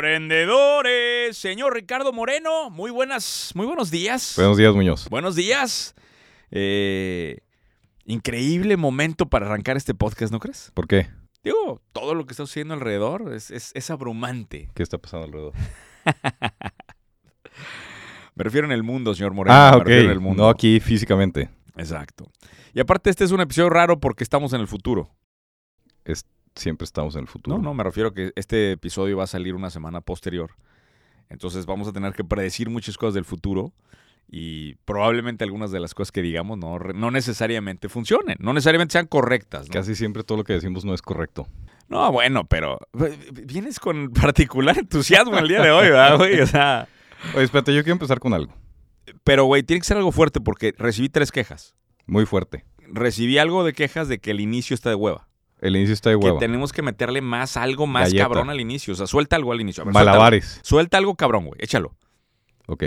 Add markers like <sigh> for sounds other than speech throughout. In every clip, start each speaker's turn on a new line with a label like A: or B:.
A: Emprendedores, señor Ricardo Moreno, muy buenas, muy buenos días.
B: Buenos días, Muñoz.
A: Buenos días. Eh, increíble momento para arrancar este podcast, ¿no crees?
B: ¿Por qué?
A: Digo, todo lo que está sucediendo alrededor es, es- es abrumante.
B: ¿Qué está pasando alrededor?
A: Me refiero en el mundo, señor Moreno.
B: Ah,
A: me
B: ok.
A: refiero en el mundo.
B: No aquí físicamente.
A: Exacto. Y aparte, este es un episodio raro porque estamos en el futuro.
B: Siempre estamos en el futuro.
A: No, no, me refiero a que este episodio va a salir una semana posterior. Entonces vamos a tener que predecir muchas cosas del futuro y probablemente algunas de las cosas que digamos no, re- no necesariamente funcionen, no necesariamente sean correctas. ¿no?
B: Casi siempre todo lo que decimos no es correcto.
A: No, bueno, pero eh, vienes con particular entusiasmo el día de hoy, ¿verdad, güey? O sea,
B: Oye, espérate, yo quiero empezar con algo
A: pero güey, tiene que ser algo fuerte porque recibí tres quejas.
B: muy fuerte.
A: Recibí algo de quejas de que el inicio está de hueva.
B: El inicio está de huevo.
A: Que tenemos que meterle más, algo más
B: Galleta.
A: cabrón al inicio. O sea, suelta algo al inicio. A ver, suelta algo.
B: Malabares.
A: Suelta algo cabrón, güey. Échalo. <laughs>
B: Ok.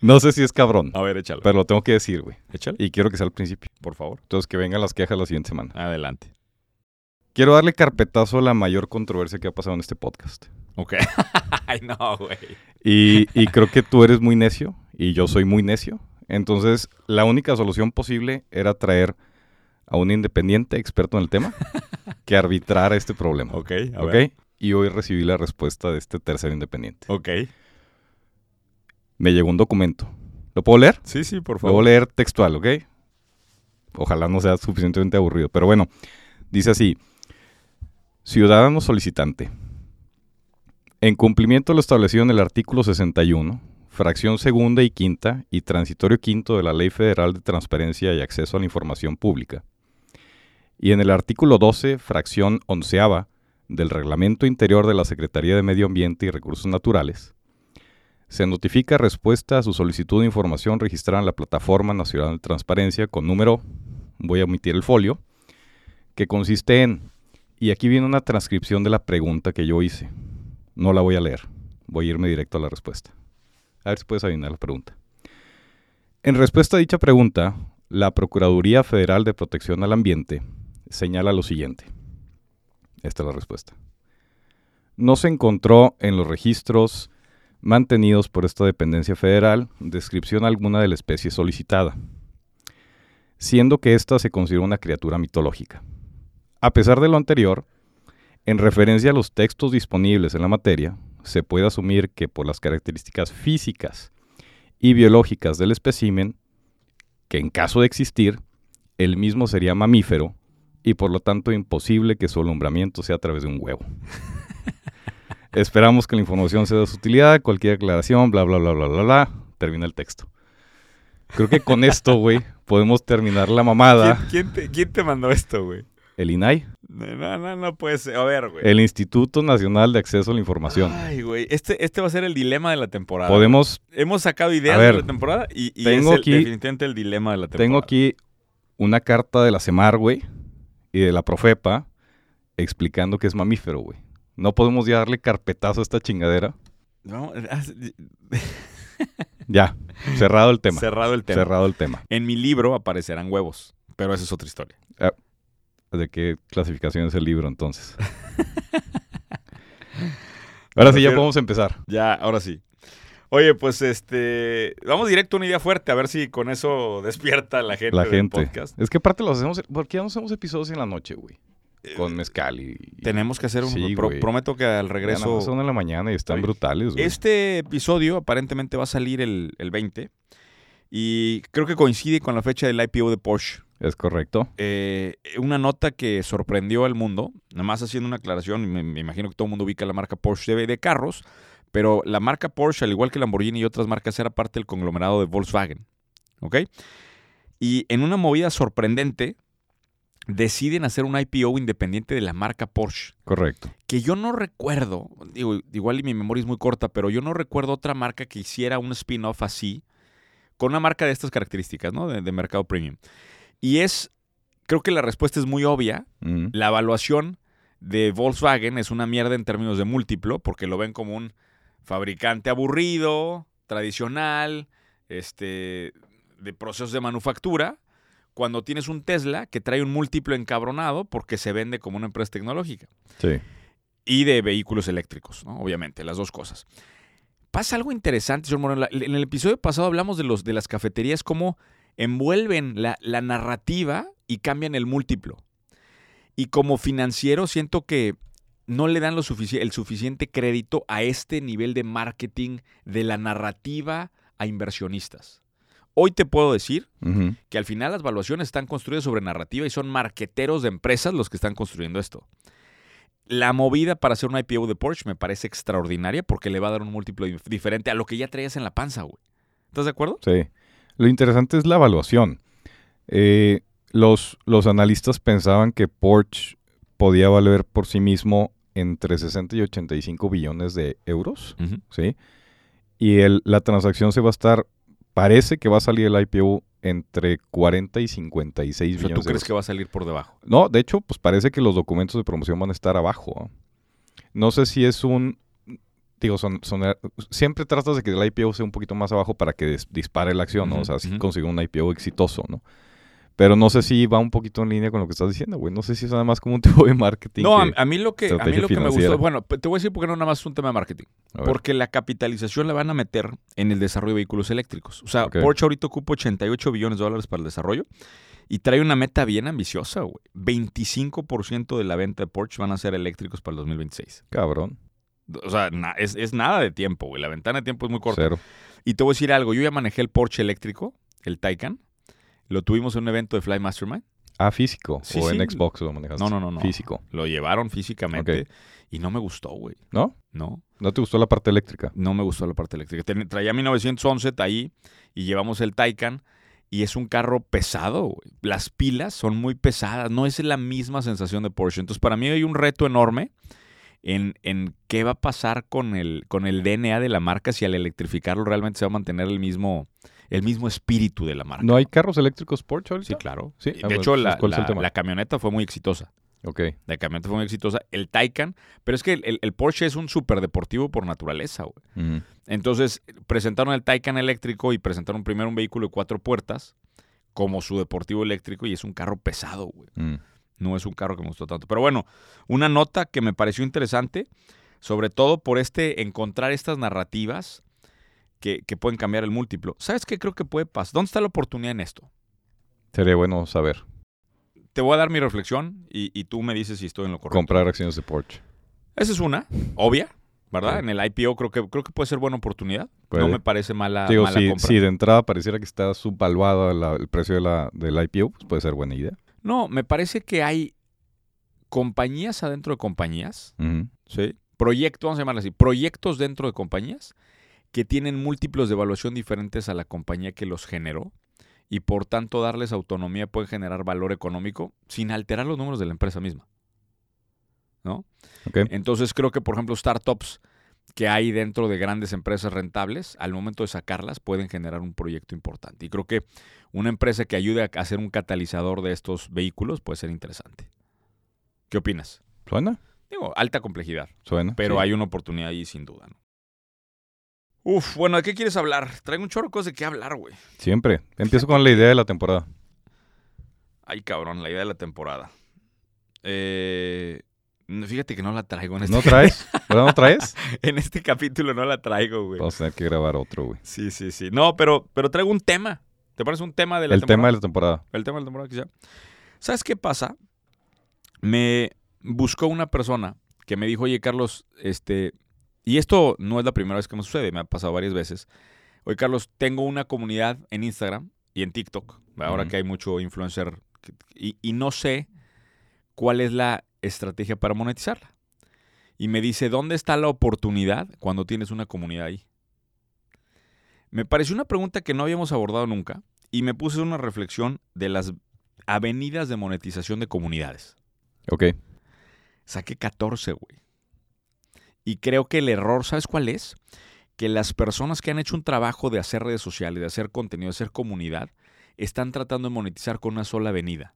B: no sé si es cabrón,
A: A ver, échalo.
B: pero lo tengo que decir, güey.
A: Échalo,
B: Y quiero que sea al principio.
A: por favor.
B: Entonces, que vengan las quejas la siguiente semana.
A: Adelante.
B: Quiero darle carpetazo a la mayor controversia que ha pasado en este podcast. <laughs>
A: Ok. Ay, no, güey.
B: Y, y creo que tú eres muy necio y yo soy muy necio. Entonces, la única solución posible era traer a un independiente experto en
A: <laughs>
B: el tema que arbitrara este problema.
A: Ok, a
B: ¿ok?
A: ver.
B: Y hoy recibí la respuesta de este tercer independiente.
A: Ok.
B: Me llegó un documento. ¿Lo puedo leer?
A: Sí, sí, por
B: Lo
A: favor.
B: voy a leer textual, ¿ok? Ojalá no sea suficientemente aburrido. Pero bueno, dice así. Ciudadano solicitante. En cumplimiento de lo establecido en el artículo 61, fracción segunda y quinta y transitorio quinto de la Ley Federal de Transparencia y Acceso a la Información Pública. Y en el artículo 12, fracción onceava del Reglamento Interior de la Secretaría de Medio Ambiente y Recursos Naturales, se notifica respuesta a su solicitud de información registrada en la Plataforma Nacional de Transparencia con número, voy a omitir el folio, que consiste en, y aquí viene una transcripción de la pregunta que yo hice. No la voy a leer, voy a irme directo a la respuesta. A ver si puedes adivinar la pregunta. En respuesta a dicha pregunta, la Procuraduría Federal de Protección al Ambiente señala lo siguiente. Esta es la respuesta. No se encontró en los registros mantenidos por esta dependencia federal descripción alguna de la especie solicitada, siendo que ésta se considera una criatura mitológica. A pesar de lo anterior, en referencia a los textos disponibles en la materia, se puede asumir que por las características físicas y biológicas del espécimen, que en caso de existir, el mismo sería mamífero y por lo tanto imposible que su alumbramiento sea a través de un huevo. Esperamos que la información sea de su utilidad, cualquier aclaración, bla, bla, bla, bla, bla, bla. Termina el texto. Creo que con esto, güey, podemos terminar la
A: ¿Quién,
B: mamada.
A: quién te, quién te mandó esto, güey?
B: El INAI,
A: No, no, no puede ser. A ver, güey.
B: el Instituto Nacional de Acceso a la Información.
A: Ay, güey. Este, este va a ser el dilema de la temporada.
B: Podemos,
A: Hemos sacado ideas
B: A ver,
A: de la temporada y, y
B: tengo
A: es el-
B: aquí-
A: definitivamente el dilema de la temporada.
B: tengo aquí una carta de la CEMAR, güey, y de la Profepa, explicando que es mamífero, güey. No podemos ya darle carpetazo a esta chingadera.
A: No, ah, <laughs>
B: Ya, cerrado el tema.
A: Cerrado el tema.
B: Cerrado el tema.
A: En mi libro aparecerán huevos, pero esa es otra historia.
B: ¿De qué clasificación es el
A: <laughs>
B: libro entonces? Ahora sí, ya
A: Prefiero-
B: podemos empezar.
A: Ya, ahora sí. Oye, pues este. Vamos directo a una idea fuerte, a ver si con eso <laughs> despierta a la gente
B: La
A: del
B: gente.
A: podcast.
B: Es que aparte los hacemos, ¿por qué no hacemos episodios en la noche, güey?
A: Eh,
B: Con mezcal y... y-
A: Tenemos que hacer un.
B: Sí,
A: pro-
B: güey.
A: prometo que al
B: Ya nada más
A: regreso.
B: Son de la mañana y están
A: Oye,
B: brutales, güey.
A: Este episodio aparentemente va a salir el, el 20. Y creo que coincide con la fecha del IPO de Porsche.
B: Es correcto.
A: Eh, una nota que sorprendió al mundo, nada más haciendo una aclaración, y me, me imagino que todo el mundo ubica la marca Porsche de, de carros, pero la marca Porsche, al igual que Lamborghini y otras marcas, era parte del conglomerado de Volkswagen. ¿Ok? Y en una movida sorprendente, deciden hacer un IPO independiente de la marca Porsche
B: Correcto.
A: que yo no recuerdo, digo, igual y mi memoria es muy corta, pero yo no recuerdo otra marca que hiciera un spin-off así, con una marca de estas características, ¿no? De, de mercado premium. Y es, creo que la respuesta es muy obvia,
B: Mm.
A: la evaluación de Volkswagen es una mierda en términos de múltiplo, porque lo ven como un fabricante aburrido, tradicional, este, de procesos de manufactura, cuando tienes un Tesla que trae un múltiplo encabronado porque se vende como una empresa tecnológica
B: Sí.
A: y de vehículos eléctricos, ¿no? obviamente, las dos cosas. Pasa algo interesante, señor Moreno. La- En el episodio pasado hablamos de, los, de las cafeterías, cómo envuelven la, la narrativa y cambian el múltiplo. Y como financiero siento que no le dan lo sufici- el suficiente crédito a este nivel de marketing de la narrativa a inversionistas. Hoy te puedo decir
B: Ujú.
A: que al final las valuaciones están construidas sobre narrativa y son marqueteros de empresas los que están construyendo esto. La movida para hacer una IPO de Porsche me parece extraordinaria porque le va a dar un múltiplo dif- diferente a lo que ya traías en la panza, güey. ¿Estás de acuerdo?
B: Sí. Lo interesante es la evaluación. Eh, los, los analistas pensaban que Porsche podía valer por sí mismo entre 60 y 85 billones de euros, ¿sí? Y el- la transacción se va a estar, parece que va a salir el IPO entre 40 y 56
A: O sea, ¿tú
B: billones de
A: crees
B: euros.
A: que va a salir por debajo?
B: No, de hecho, pues parece que los documentos de promoción van a estar abajo. ¿no? No sé si es un... Digo, son, son- siempre tratas de que el IPO sea un poquito más abajo para que dis- dispare la acción, ¿no?
A: Ujú,
B: O sea, si
A: ujú.
B: consigue un IPO exitoso, ¿no? Pero no sé si va un poquito en línea con lo que estás diciendo, güey. No sé si es nada más como un <laughs> tipo de marketing.
A: No, a,
B: que-
A: a mí lo que, a mí
B: estrategia
A: lo que me
B: financiera.
A: gustó, bueno, te voy a decir porque no nada más es un tema de marketing.
B: a ver,
A: Porque la capitalización la van a meter en el desarrollo de vehículos eléctricos. O sea,
B: Ok.
A: Porsche ahorita ocupa 88 billones de dólares para el desarrollo y trae una meta bien ambiciosa, güey. 25% de la venta de Porsche van a ser eléctricos para el 2026.
B: Cabrón.
A: O sea, na- es, es nada de tiempo, güey. La ventana de tiempo es muy corta.
B: Cero.
A: Y te voy a decir algo. Yo ya manejé el Porsche eléctrico, el Taycan. Lo tuvimos en un evento de Fly Mastermind.
B: Ah, físico.
A: Sí,
B: o en
A: sí.
B: Xbox lo manejaste.
A: No, no, no, no.
B: Físico.
A: Lo llevaron físicamente y no me gustó, güey.
B: ¿No?
A: No.
B: ¿No te gustó la parte eléctrica?
A: No me gustó la parte eléctrica. Ten- traía mi 911 ahí y llevamos el Taycan y es un carro pesado. güey. Las pilas son muy pesadas. No es la misma sensación de Porsche. Entonces, para mí hay un reto enorme en, en qué va a pasar con el, con el DNA de la marca si al electrificarlo realmente se va a mantener el mismo, el mismo espíritu de la marca.
B: ¿No hay carros eléctricos Porsche ahorita?
A: Sí, claro.
B: Sí.
A: De
B: Ah, bueno,
A: hecho, la-
B: ¿cuál es el
A: la-
B: tema?
A: la camioneta fue muy exitosa.
B: Ok.
A: La camioneta fue muy exitosa. El Taycan, pero es que el, el Porsche es un superdeportivo por naturaleza, güey.
B: Ujú.
A: Entonces, presentaron el Taycan eléctrico y presentaron primero un vehículo de cuatro puertas como su deportivo eléctrico y es un carro pesado, güey.
B: Mm.
A: No es un carro que me gustó tanto. Pero bueno, una nota que me pareció interesante, sobre todo por este encontrar estas narrativas que, que pueden cambiar el múltiplo. ¿Sabes qué creo que puede pasar? ¿Dónde está la oportunidad en esto?
B: Sería bueno saber.
A: Te voy a dar mi reflexión y, y tú me dices si estoy en lo correcto.
B: Comprar acciones de Porsche.
A: Esa es una, obvia, ¿verdad?
B: Sí.
A: En el IPO creo que creo que puede ser buena oportunidad.
B: Puede.
A: No me parece mala,
B: Digo,
A: mala
B: si,
A: compra.
B: si de entrada pareciera que está subvaluado la- el precio de la, del IPO, pues puede ser buena idea.
A: No, me parece que hay compañías adentro de compañías,
B: Ujú.
A: ¿sí? Proyectos, vamos a llamarlas así, proyectos dentro de compañías que tienen múltiplos de evaluación diferentes a la compañía que los generó y por tanto darles autonomía puede generar valor económico sin alterar los números de la empresa misma. ¿No?
B: Ok.
A: Entonces creo que, por ejemplo, startups que hay dentro de grandes empresas rentables, al momento de sacarlas, pueden generar un proyecto importante. Y creo que una empresa que ayude a hacer un catalizador de estos vehículos puede ser interesante. ¿Qué opinas?
B: ¿Suena?
A: Digo, alta complejidad,
B: Suena.
A: pero
B: sí.
A: hay una oportunidad ahí sin duda. ¿no? Uf, bueno, ¿de qué quieres hablar? Traigo un chorro de cosas de qué hablar, güey.
B: Siempre. Empiezo con la idea de
A: <laughs>
B: la temporada.
A: Ay, cabrón, la idea de la temporada. Eh, fíjate que no la traigo en este,
B: ¿No traes? ¿Verdad? ¿No traes?
A: <laughs> en este capítulo, no la traigo, güey.
B: Vamos a tener que grabar otro, güey.
A: Sí, sí, sí. No, pero, pero traigo un tema. ¿Te parece un tema de la
B: El tema de
A: temporada?
B: la temporada.
A: El tema de la temporada, quizá. ¿Sabes qué pasa? Me buscó una persona que me dijo, oye, Carlos, este... Y esto no es la primera vez que me sucede, me ha pasado varias veces. Oye, Carlos, tengo una comunidad en Instagram y en TikTok, ahora
B: Ujú.
A: que hay mucho influencer, que- y, y no sé cuál es la estrategia para monetizarla. Y me dice, ¿dónde está la oportunidad cuando tienes una comunidad ahí? Me pareció una pregunta que no habíamos abordado nunca y me puse una reflexión de las avenidas de monetización de comunidades.
B: Ok.
A: Saqué 14, güey. Y creo que el error, ¿sabes cuál es? Que las personas que han hecho un trabajo de hacer redes sociales, de hacer contenido, de hacer comunidad, están tratando de monetizar con una sola avenida.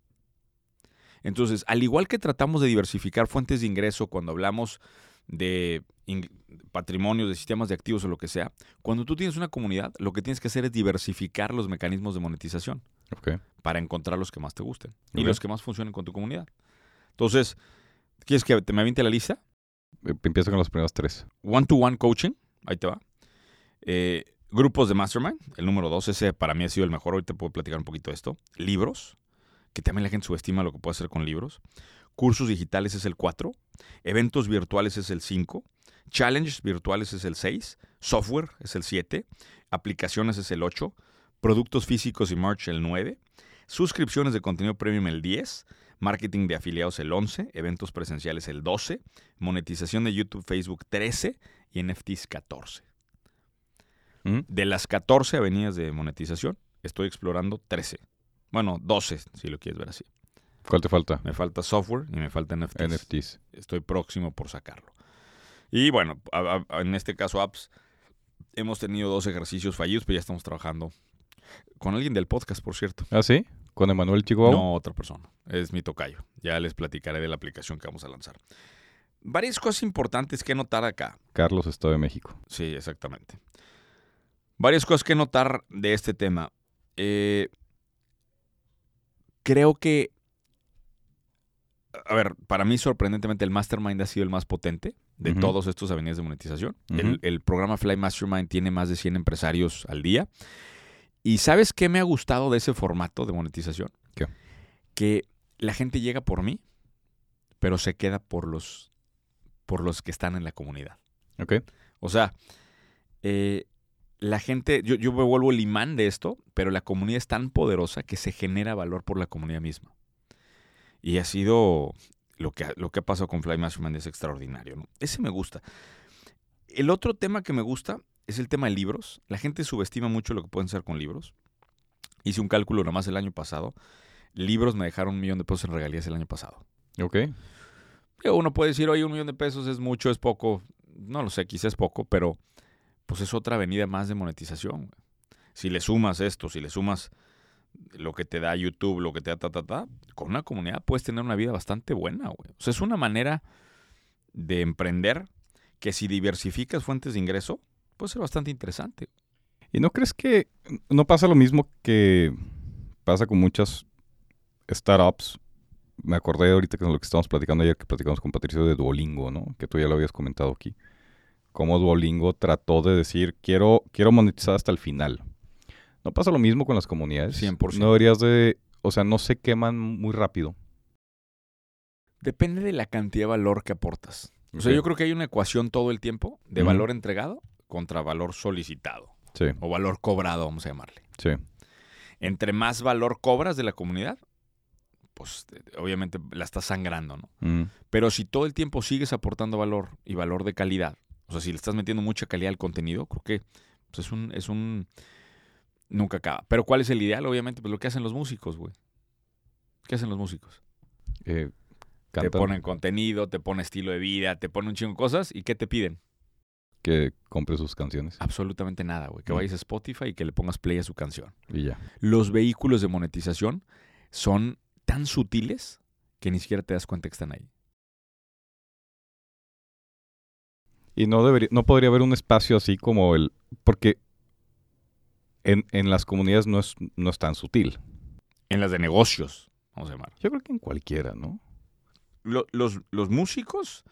A: Entonces, al igual que tratamos de diversificar fuentes de ingreso cuando hablamos de ing- patrimonios, de sistemas de activos o lo que sea, cuando tú tienes una comunidad, lo que tienes que hacer es diversificar los mecanismos de monetización.
B: Ok.
A: para encontrar los que más te gusten y
B: Ok.
A: los que más funcionen con tu comunidad. Entonces, ¿quieres que te me aviente la lista?
B: Eh, Empiezo con los primeros tres.
A: One-to-one coaching, ahí te va. Eh, grupos de mastermind, el número dos, ese para mí ha sido el mejor, ahorita puedo platicar un poquito de esto. Libros, que también la gente subestima lo que puede hacer con libros. Cursos digitales es el cuatro. Eventos virtuales es el cinco. Challenges virtuales es el seis. Software es el siete. Aplicaciones es el ocho. Productos físicos y merch el nueve. Suscripciones de contenido premium el 10, marketing de afiliados el 11, eventos presenciales el 12, monetización de YouTube, Facebook 13 y NFTs 14.
B: ¿Mm?
A: De las 14 avenidas de monetización, estoy explorando 13. Bueno, 12, si lo quieres ver así.
B: ¿Cuál te falta?
A: Me falta software y me falta NFTs.
B: NFTs.
A: Estoy próximo por sacarlo. Y bueno, a- a- en este caso, apps, hemos tenido dos ejercicios fallidos, pero ya estamos trabajando con alguien del podcast, por cierto.
B: ¿Ah, sí? ¿Con Emanuel Chihuahua?
A: No, otra persona. Es mi tocayo. Ya les platicaré de la aplicación que vamos a lanzar. Varias cosas importantes que notar acá.
B: Carlos, Estado de México.
A: Sí, exactamente. Varias cosas que notar de este tema. Eh, creo que, a ver, para mí sorprendentemente el Mastermind ha sido el más potente de
B: Ujú.
A: todos estos avenidas de monetización.
B: Ujú.
A: el, el programa Fly Mastermind tiene más de 100 empresarios al día. ¿Y sabes qué me ha gustado de ese formato de monetización?
B: ¿Qué?
A: Que la gente llega por mí, pero se queda por los, por los que están en la comunidad.
B: Ok.
A: O sea, eh, la gente, yo, yo me vuelvo el imán de esto, pero la comunidad es tan poderosa que se genera valor por la comunidad misma. Y ha sido lo que, ha- lo que ha pasado con Fly Mastermind es extraordinario. ¿no? Ese me gusta. El otro tema que me gusta es el tema de libros. La gente subestima mucho lo que pueden hacer con libros. Hice un cálculo nada más el año pasado. Libros me dejaron un millón de pesos en regalías el año pasado.
B: Ok.
A: Digo, Uno puede decir, oye, un millón de pesos es mucho, es poco. No lo sé, quizás es poco, pero pues es otra avenida más de monetización. güey. Si le sumas esto, si le sumas lo que te da YouTube, lo que te da ta, ta, ta, con una comunidad puedes tener una vida bastante buena, güey. O sea, es una manera de emprender que si diversificas fuentes de ingreso, puede ser bastante interesante.
B: ¿Y no crees que no pasa lo mismo que pasa con muchas startups? Me acordé ahorita con lo que estábamos platicando ayer, que platicamos con Patricio de Duolingo, ¿no? Que tú ya lo habías comentado aquí. Cómo Duolingo trató de decir, quiero, quiero monetizar hasta el final. ¿No pasa lo mismo con las comunidades?
A: 100%.
B: No deberías de... O sea, no se queman muy rápido.
A: Depende de la cantidad de valor que aportas. O sea,
B: Ok.
A: yo creo que hay una ecuación todo el tiempo de
B: Ujú.
A: valor entregado contra valor solicitado.
B: Sí,
A: o valor cobrado, vamos a llamarle.
B: sí.
A: Entre más valor cobras de la comunidad, pues eh, obviamente la estás sangrando, ¿no?
B: Mm,
A: Pero si todo el tiempo sigues aportando valor y valor de calidad, o sea, si le estás metiendo mucha calidad al contenido, creo que pues, es un es un nunca acaba. Pero ¿cuál es el ideal? Obviamente, pues lo que hacen los músicos, güey. ¿Qué hacen los músicos?
B: eh,
A: Te
B: cantan
A: ponen contenido, te ponen estilo de vida, te ponen un chingo de cosas y ¿qué te piden?
B: que compre sus canciones
A: Absolutamente nada, güey. Que
B: Mm.
A: vayas a Spotify y que le pongas play a su canción.
B: y ya.
A: los vehículos de monetización son tan sutiles que ni siquiera te das cuenta que están ahí.
B: Y no debería, no podría haber un espacio así como el. Porque en, en las comunidades no es, no es tan sutil.
A: En las de negocios, vamos a llamar.
B: Yo creo que en cualquiera, ¿no?
A: Lo- los, los músicos,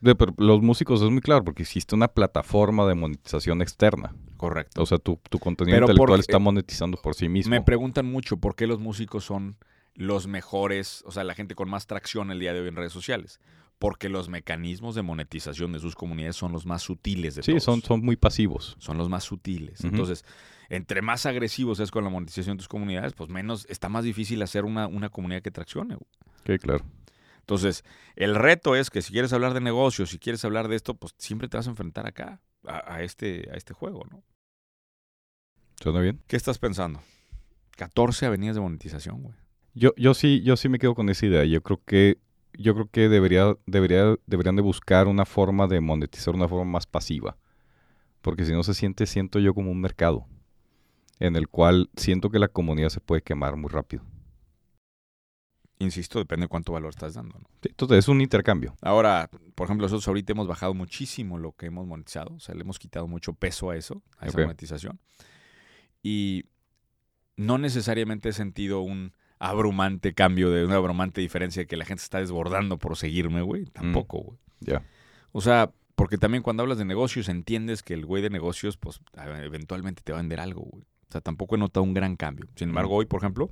B: De- pero los músicos es muy claro, porque existe una plataforma de monetización externa.
A: correcto.
B: O sea, tu, tu contenido
A: Pero
B: intelectual
A: porque-
B: está monetizando por sí mismo.
A: Me preguntan mucho por qué los músicos son los mejores, o sea, la gente con más tracción el día de hoy en redes sociales. Porque los mecanismos de monetización de sus comunidades son los más sutiles de
B: sí,
A: todos.
B: son, son muy pasivos.
A: son los más sutiles.
B: Ujú.
A: Entonces, entre más agresivos es con la monetización de tus comunidades, pues menos, está más difícil hacer una, una comunidad que traccione. güey.
B: Sí, claro.
A: Entonces, el reto es que si quieres hablar de negocios, si quieres hablar de esto, pues siempre te vas a enfrentar acá, a, a este, a este juego, ¿no?
B: ¿Suena bien?
A: ¿Qué estás pensando? 14 avenidas de monetización, güey.
B: Yo, yo sí, yo sí me quedo con esa idea. Yo creo que, yo creo que debería, debería, deberían de buscar una forma de monetizar una forma más pasiva. Porque si no se siente, siento yo como un mercado en el cual siento que la comunidad se puede quemar muy rápido.
A: Insisto, depende de cuánto valor estás dando, ¿no?
B: Sí, Entonces es un intercambio. <laughs>
A: Ahora, por ejemplo, nosotros ahorita hemos bajado muchísimo lo que hemos monetizado, o sea, le hemos quitado mucho peso a eso, a esa
B: Ok.
A: monetización. Y no necesariamente he sentido un abrumante cambio, de una abrumante diferencia de que la gente se está desbordando por seguirme, güey. Tampoco, güey.
B: Ya.
A: O sea, porque también cuando hablas de negocios entiendes que el güey de negocios, pues a ver, eventualmente te va a vender algo, güey. O sea, tampoco he notado un gran cambio. Sin embargo, hoy, por ejemplo,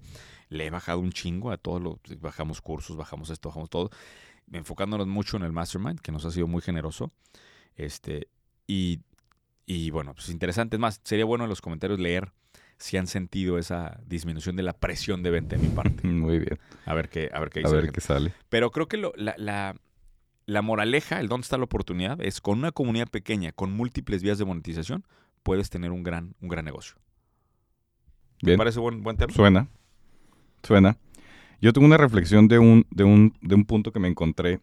A: le he bajado un chingo a todos los. Bajamos cursos, bajamos esto, bajamos todo. Enfocándonos mucho en el mastermind, que nos ha sido muy generoso. Este, y, y bueno, pues interesante. Es más, sería bueno en los comentarios leer si han sentido esa disminución de la presión de venta de mi parte.
B: Muy bien.
A: A ver qué, a ver qué
B: A
A: dice la
B: ver
A: gente.
B: qué sale.
A: Pero creo que lo- la, la- la moraleja, el dónde está la oportunidad, es con una comunidad pequeña, con múltiples vías de monetización, puedes tener un gran, un gran negocio. ¿Te
B: Bien.
A: parece buen, buen tema?
B: Suena. Suena. Yo tengo una reflexión de un, de un, de un punto que me encontré.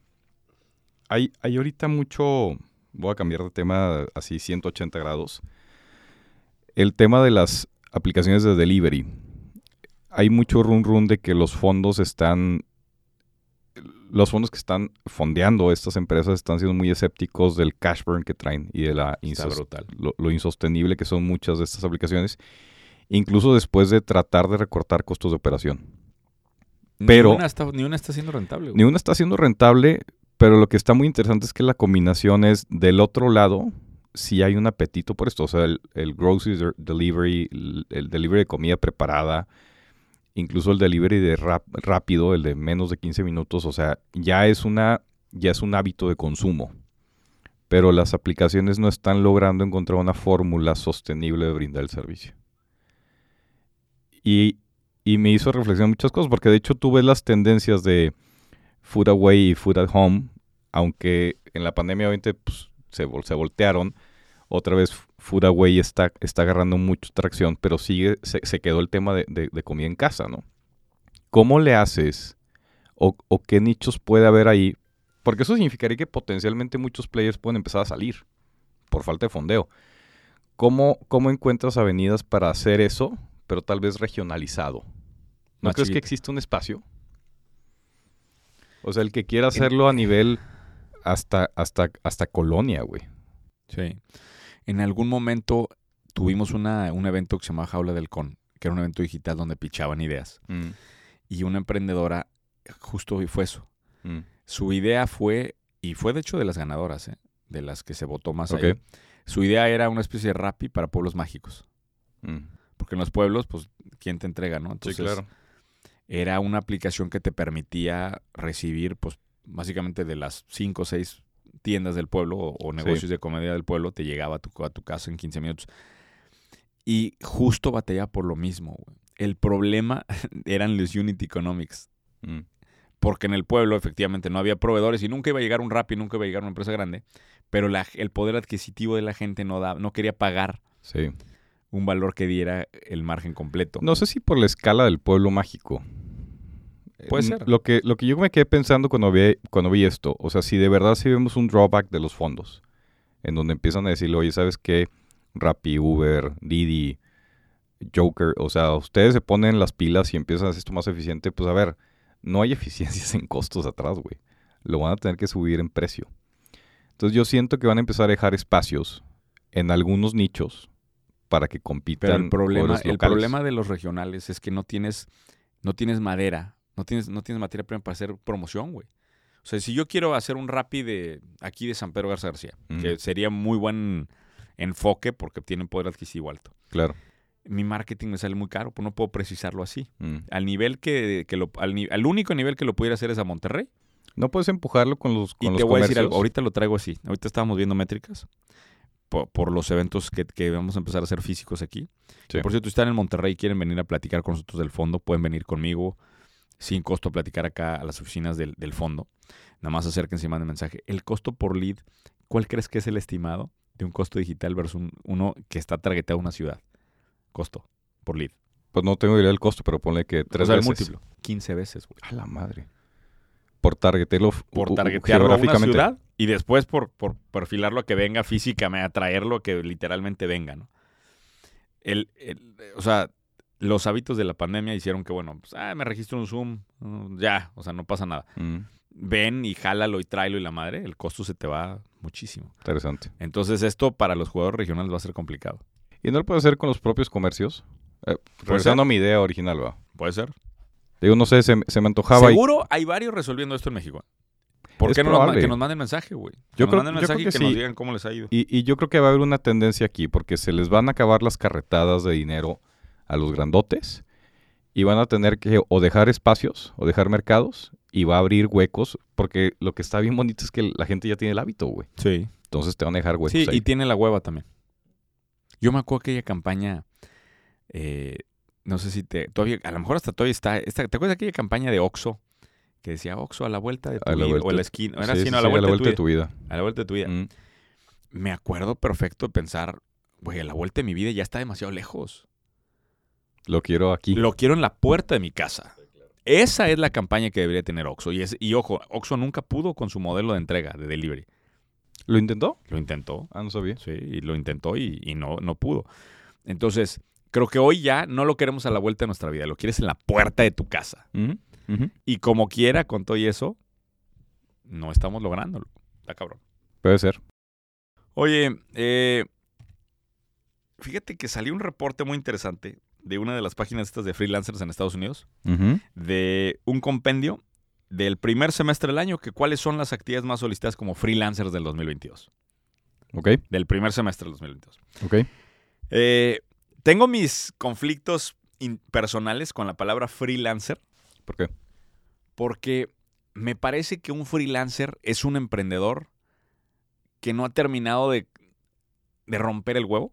B: Hay, hay ahorita mucho. Voy a cambiar de tema así 180 grados. El tema de las aplicaciones de delivery. Hay mucho run run de que los fondos están. Los fondos que están fondeando estas empresas están siendo muy escépticos del cash burn que traen y de la
A: Está
B: insos-
A: brutal.
B: lo, lo insostenible que son muchas de estas aplicaciones, incluso después de tratar de recortar costos de operación. Pero-
A: Ni una está, ni una está siendo rentable. güey.
B: Ni una está siendo rentable, pero lo que está muy interesante es que la combinación es del otro lado, si hay un apetito por esto, o sea, el, el grocery de- delivery, el, el delivery de comida preparada, incluso el delivery de rap- rápido, el de menos de 15 minutos, o sea, ya es una ya es un hábito de consumo. Pero las aplicaciones no están logrando encontrar una fórmula sostenible de brindar el servicio. Y, y me hizo reflexionar muchas cosas, porque de hecho tú ves las tendencias de food away y food at home, aunque en la pandemia obviamente pues, se, vol- se voltearon, otra vez food away está, está agarrando mucha tracción, pero sigue, se, se quedó el tema de, de- de comida en casa, ¿no? ¿Cómo le haces o, o qué nichos puede haber ahí? Porque eso significaría que potencialmente muchos players pueden empezar a salir por falta de fondeo. ¿Cómo, cómo encuentras avenidas para hacer eso, pero tal vez regionalizado? ¿No
A: Más
B: crees que
A: chiquito.
B: existe un espacio? O sea, el que quiera hacerlo a nivel hasta, hasta, hasta colonia, güey.
A: Sí. En algún momento tuvimos una, un evento que se llamaba Jaula del Con, que era un evento digital donde pichaban ideas.
B: Mm,
A: Y una emprendedora justo hoy fue eso.
B: Mm.
A: Su idea fue, y fue de hecho de las ganadoras, ¿eh? de las que se votó más
B: Ok.
A: ahí. Su idea era una especie de Rappi para pueblos mágicos.
B: Mm.
A: Porque en los pueblos, pues, ¿quién te entrega, no?
B: Sí,
A: Entonces,
B: claro.
A: era una aplicación que te permitía recibir, pues, básicamente de las cinco o seis tiendas del pueblo o, o negocios de comedia del pueblo, te llegaba a tu, a tu casa en 15 minutos. Y justo batallaba por lo mismo, güey. El problema <laughs> eran los Unity Economics.
B: Mm.
A: Porque en el pueblo, efectivamente, no había proveedores y nunca iba a llegar un Rappi, nunca iba a llegar una empresa grande. Pero la- el poder adquisitivo de la gente no, da, no quería pagar
B: Sí.
A: un valor que diera el margen completo.
B: No sé si por la escala del pueblo mágico.
A: Puede
B: Eh,
A: ser.
B: Lo que, lo que yo me quedé pensando cuando vi, cuando vi esto, o sea, si de verdad sí vemos un drawback de los fondos, en donde empiezan a decirle, oye, ¿sabes qué? Rappi, Uber, Didi, Joker, o sea, ustedes se ponen las pilas y empiezan a hacer esto más eficiente, pues a ver, no hay <laughs> eficiencias en costos atrás, güey. Lo van a tener que subir en precio. Entonces yo siento que van a empezar a dejar espacios en algunos nichos para que compitan.
A: Pero el problema,
B: jugadores
A: el
B: locales.
A: problema de los regionales es que no tienes, no tienes madera, no tienes, no tienes materia prima para hacer promoción, güey. O sea, si yo quiero hacer un Rappi de aquí de San Pedro Garza García,
B: Ujú.
A: que sería muy buen enfoque porque tienen poder adquisitivo alto.
B: Claro.
A: Mi marketing me sale muy caro, pues no puedo precisarlo así.
B: Mm.
A: Al nivel que, que lo, al, ni- al único nivel que lo pudiera hacer es a Monterrey.
B: No puedes empujarlo con los con
A: y
B: los
A: te voy a decir
B: comercios.
A: algo, ahorita lo traigo así. Ahorita estábamos viendo métricas por, por los eventos que, que vamos a empezar a hacer físicos aquí.
B: Sí.
A: Por cierto, si están en Monterrey y quieren venir a platicar con nosotros del fondo, pueden venir conmigo sin costo a platicar acá a las oficinas del, del fondo. Nada más acérquense y manden mensaje. El costo por lead, ¿cuál crees que es el estimado de un costo digital versus un- uno que está targeteado a una ciudad? Costo por lead.
B: Pues no tengo idea del costo, pero ponle que tres
A: o sea, el
B: veces.
A: múltiplo. 15 veces, güey.
B: A la madre. Por targetearlo f- u-
A: Por
B: u-
A: targetearlo a una
B: geográficamente.
A: ciudad y después por, por perfilarlo a que venga físicamente, a traerlo a que literalmente venga, ¿no? El, el- o sea, los hábitos de la pandemia hicieron que, bueno, pues, ah, me registro un Zoom, mm, ya, o sea, no pasa nada.
B: Mm,
A: Ven y jálalo y tráelo y la madre, el costo se te va muchísimo.
B: interesante.
A: Entonces esto para los jugadores regionales va a ser complicado.
B: ¿Y no lo puedes hacer con los propios comercios? Eh, regresando a mi idea original, va.
A: Puede ser.
B: Digo, no sé, se, se me antojaba. y-
A: Seguro hay varios resolviendo esto en México. ¿Por
B: Es
A: qué no nos ma-
B: probable.
A: que nos manden mensaje, güey? Que
B: Yo
A: nos
B: creo-
A: manden
B: yo
A: mensaje
B: creo
A: y
B: que
A: que nos
B: sí.
A: digan cómo les ha ido.
B: Y, y yo creo que va a haber una tendencia aquí, porque se les van a acabar las carretadas de dinero a los grandotes y van a tener que o dejar espacios o dejar mercados y va a abrir huecos, porque lo que está bien bonito es que la gente ya tiene el hábito, güey.
A: Sí.
B: Entonces te van a dejar huecos.
A: Sí,
B: pues, ahí.
A: y tiene la hueva también. Yo me acuerdo aquella campaña, eh, no sé si te, todavía, a lo mejor hasta todavía está, esta- ¿te acuerdas de aquella campaña de Oxxo? Que decía Oxxo a la vuelta de tu
B: A
A: vida,
B: la
A: o
B: vuelta
A: a la
B: de-
A: esquina, era
B: Sí,
A: así,
B: sí,
A: no, a
B: sí,
A: la vuelta, de, tu
B: vida.
A: vida. A la vuelta de tu vida.
B: Mm.
A: Me acuerdo perfecto de pensar, güey, a la vuelta de mi vida ya está demasiado lejos.
B: Lo quiero aquí.
A: Lo quiero en la puerta de mi casa. Esa es la campaña que debería tener Oxxo. Y, es- y ojo, Oxxo nunca pudo con su modelo de entrega, de delivery.
B: ¿Lo intentó?
A: Lo intentó,
B: Ah, no sabía.
A: Sí, y lo intentó y, y no, no pudo. Entonces, creo que hoy ya no lo queremos a la vuelta de nuestra vida, lo quieres en la puerta de tu casa.
B: Ujú, ujú.
A: Y como quiera, con todo y eso, no estamos lográndolo. Está cabrón.
B: Puede ser.
A: Oye, eh, fíjate que salió un reporte muy interesante de una de las páginas estas de freelancers en Estados Unidos,
B: Ujú.
A: de un compendio del primer semestre del año, que cuáles son las actividades más solicitadas como freelancers del 2022,
B: Ok,
A: del primer semestre del 2022.
B: ok.
A: Eh, tengo mis conflictos in- personales con la palabra freelancer
B: ¿Por qué?
A: porque me parece que un freelancer es un emprendedor que no ha terminado de, de romper el huevo.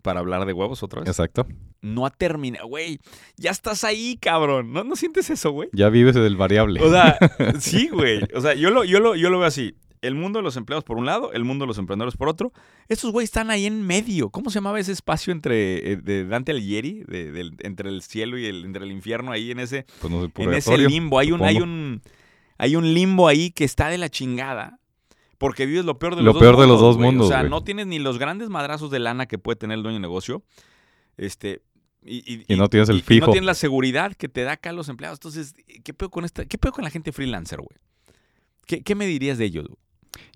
A: Para hablar de huevos otra vez.
B: Exacto.
A: No ha terminado. Güey, ya estás ahí, cabrón. ¿No, no sientes eso, güey?
B: Ya vives del variable.
A: O sea, sí, güey. O sea, yo lo, yo, lo, yo lo veo así. El mundo de los empleados por un lado, el mundo de los emprendedores por otro. Estos güeyes están ahí en medio. ¿Cómo se llamaba ese espacio entre eh, de Dante Alighieri? De- del- entre el cielo y el, entre el infierno, ahí en ese,
B: Pues no es el
A: en ese
B: purgatorio.
A: limbo. Hay un, hay
B: supongo.
A: un hay un limbo ahí que está de la chingada. Porque vives lo peor de los
B: Lo
A: dos
B: peor de los
A: mundos,
B: dos
A: güey.
B: mundos,
A: O sea,
B: güey.
A: no tienes ni los grandes madrazos de lana que puede tener el dueño de negocio. Este. Y, y-
B: Y no tienes el
A: y- y
B: fijo.
A: no tienen la seguridad que te da acá los empleados. Entonces, ¿qué pedo con esta? ¿Qué pedo con la gente freelancer, güey? ¿Qué, qué me dirías de ellos? güey?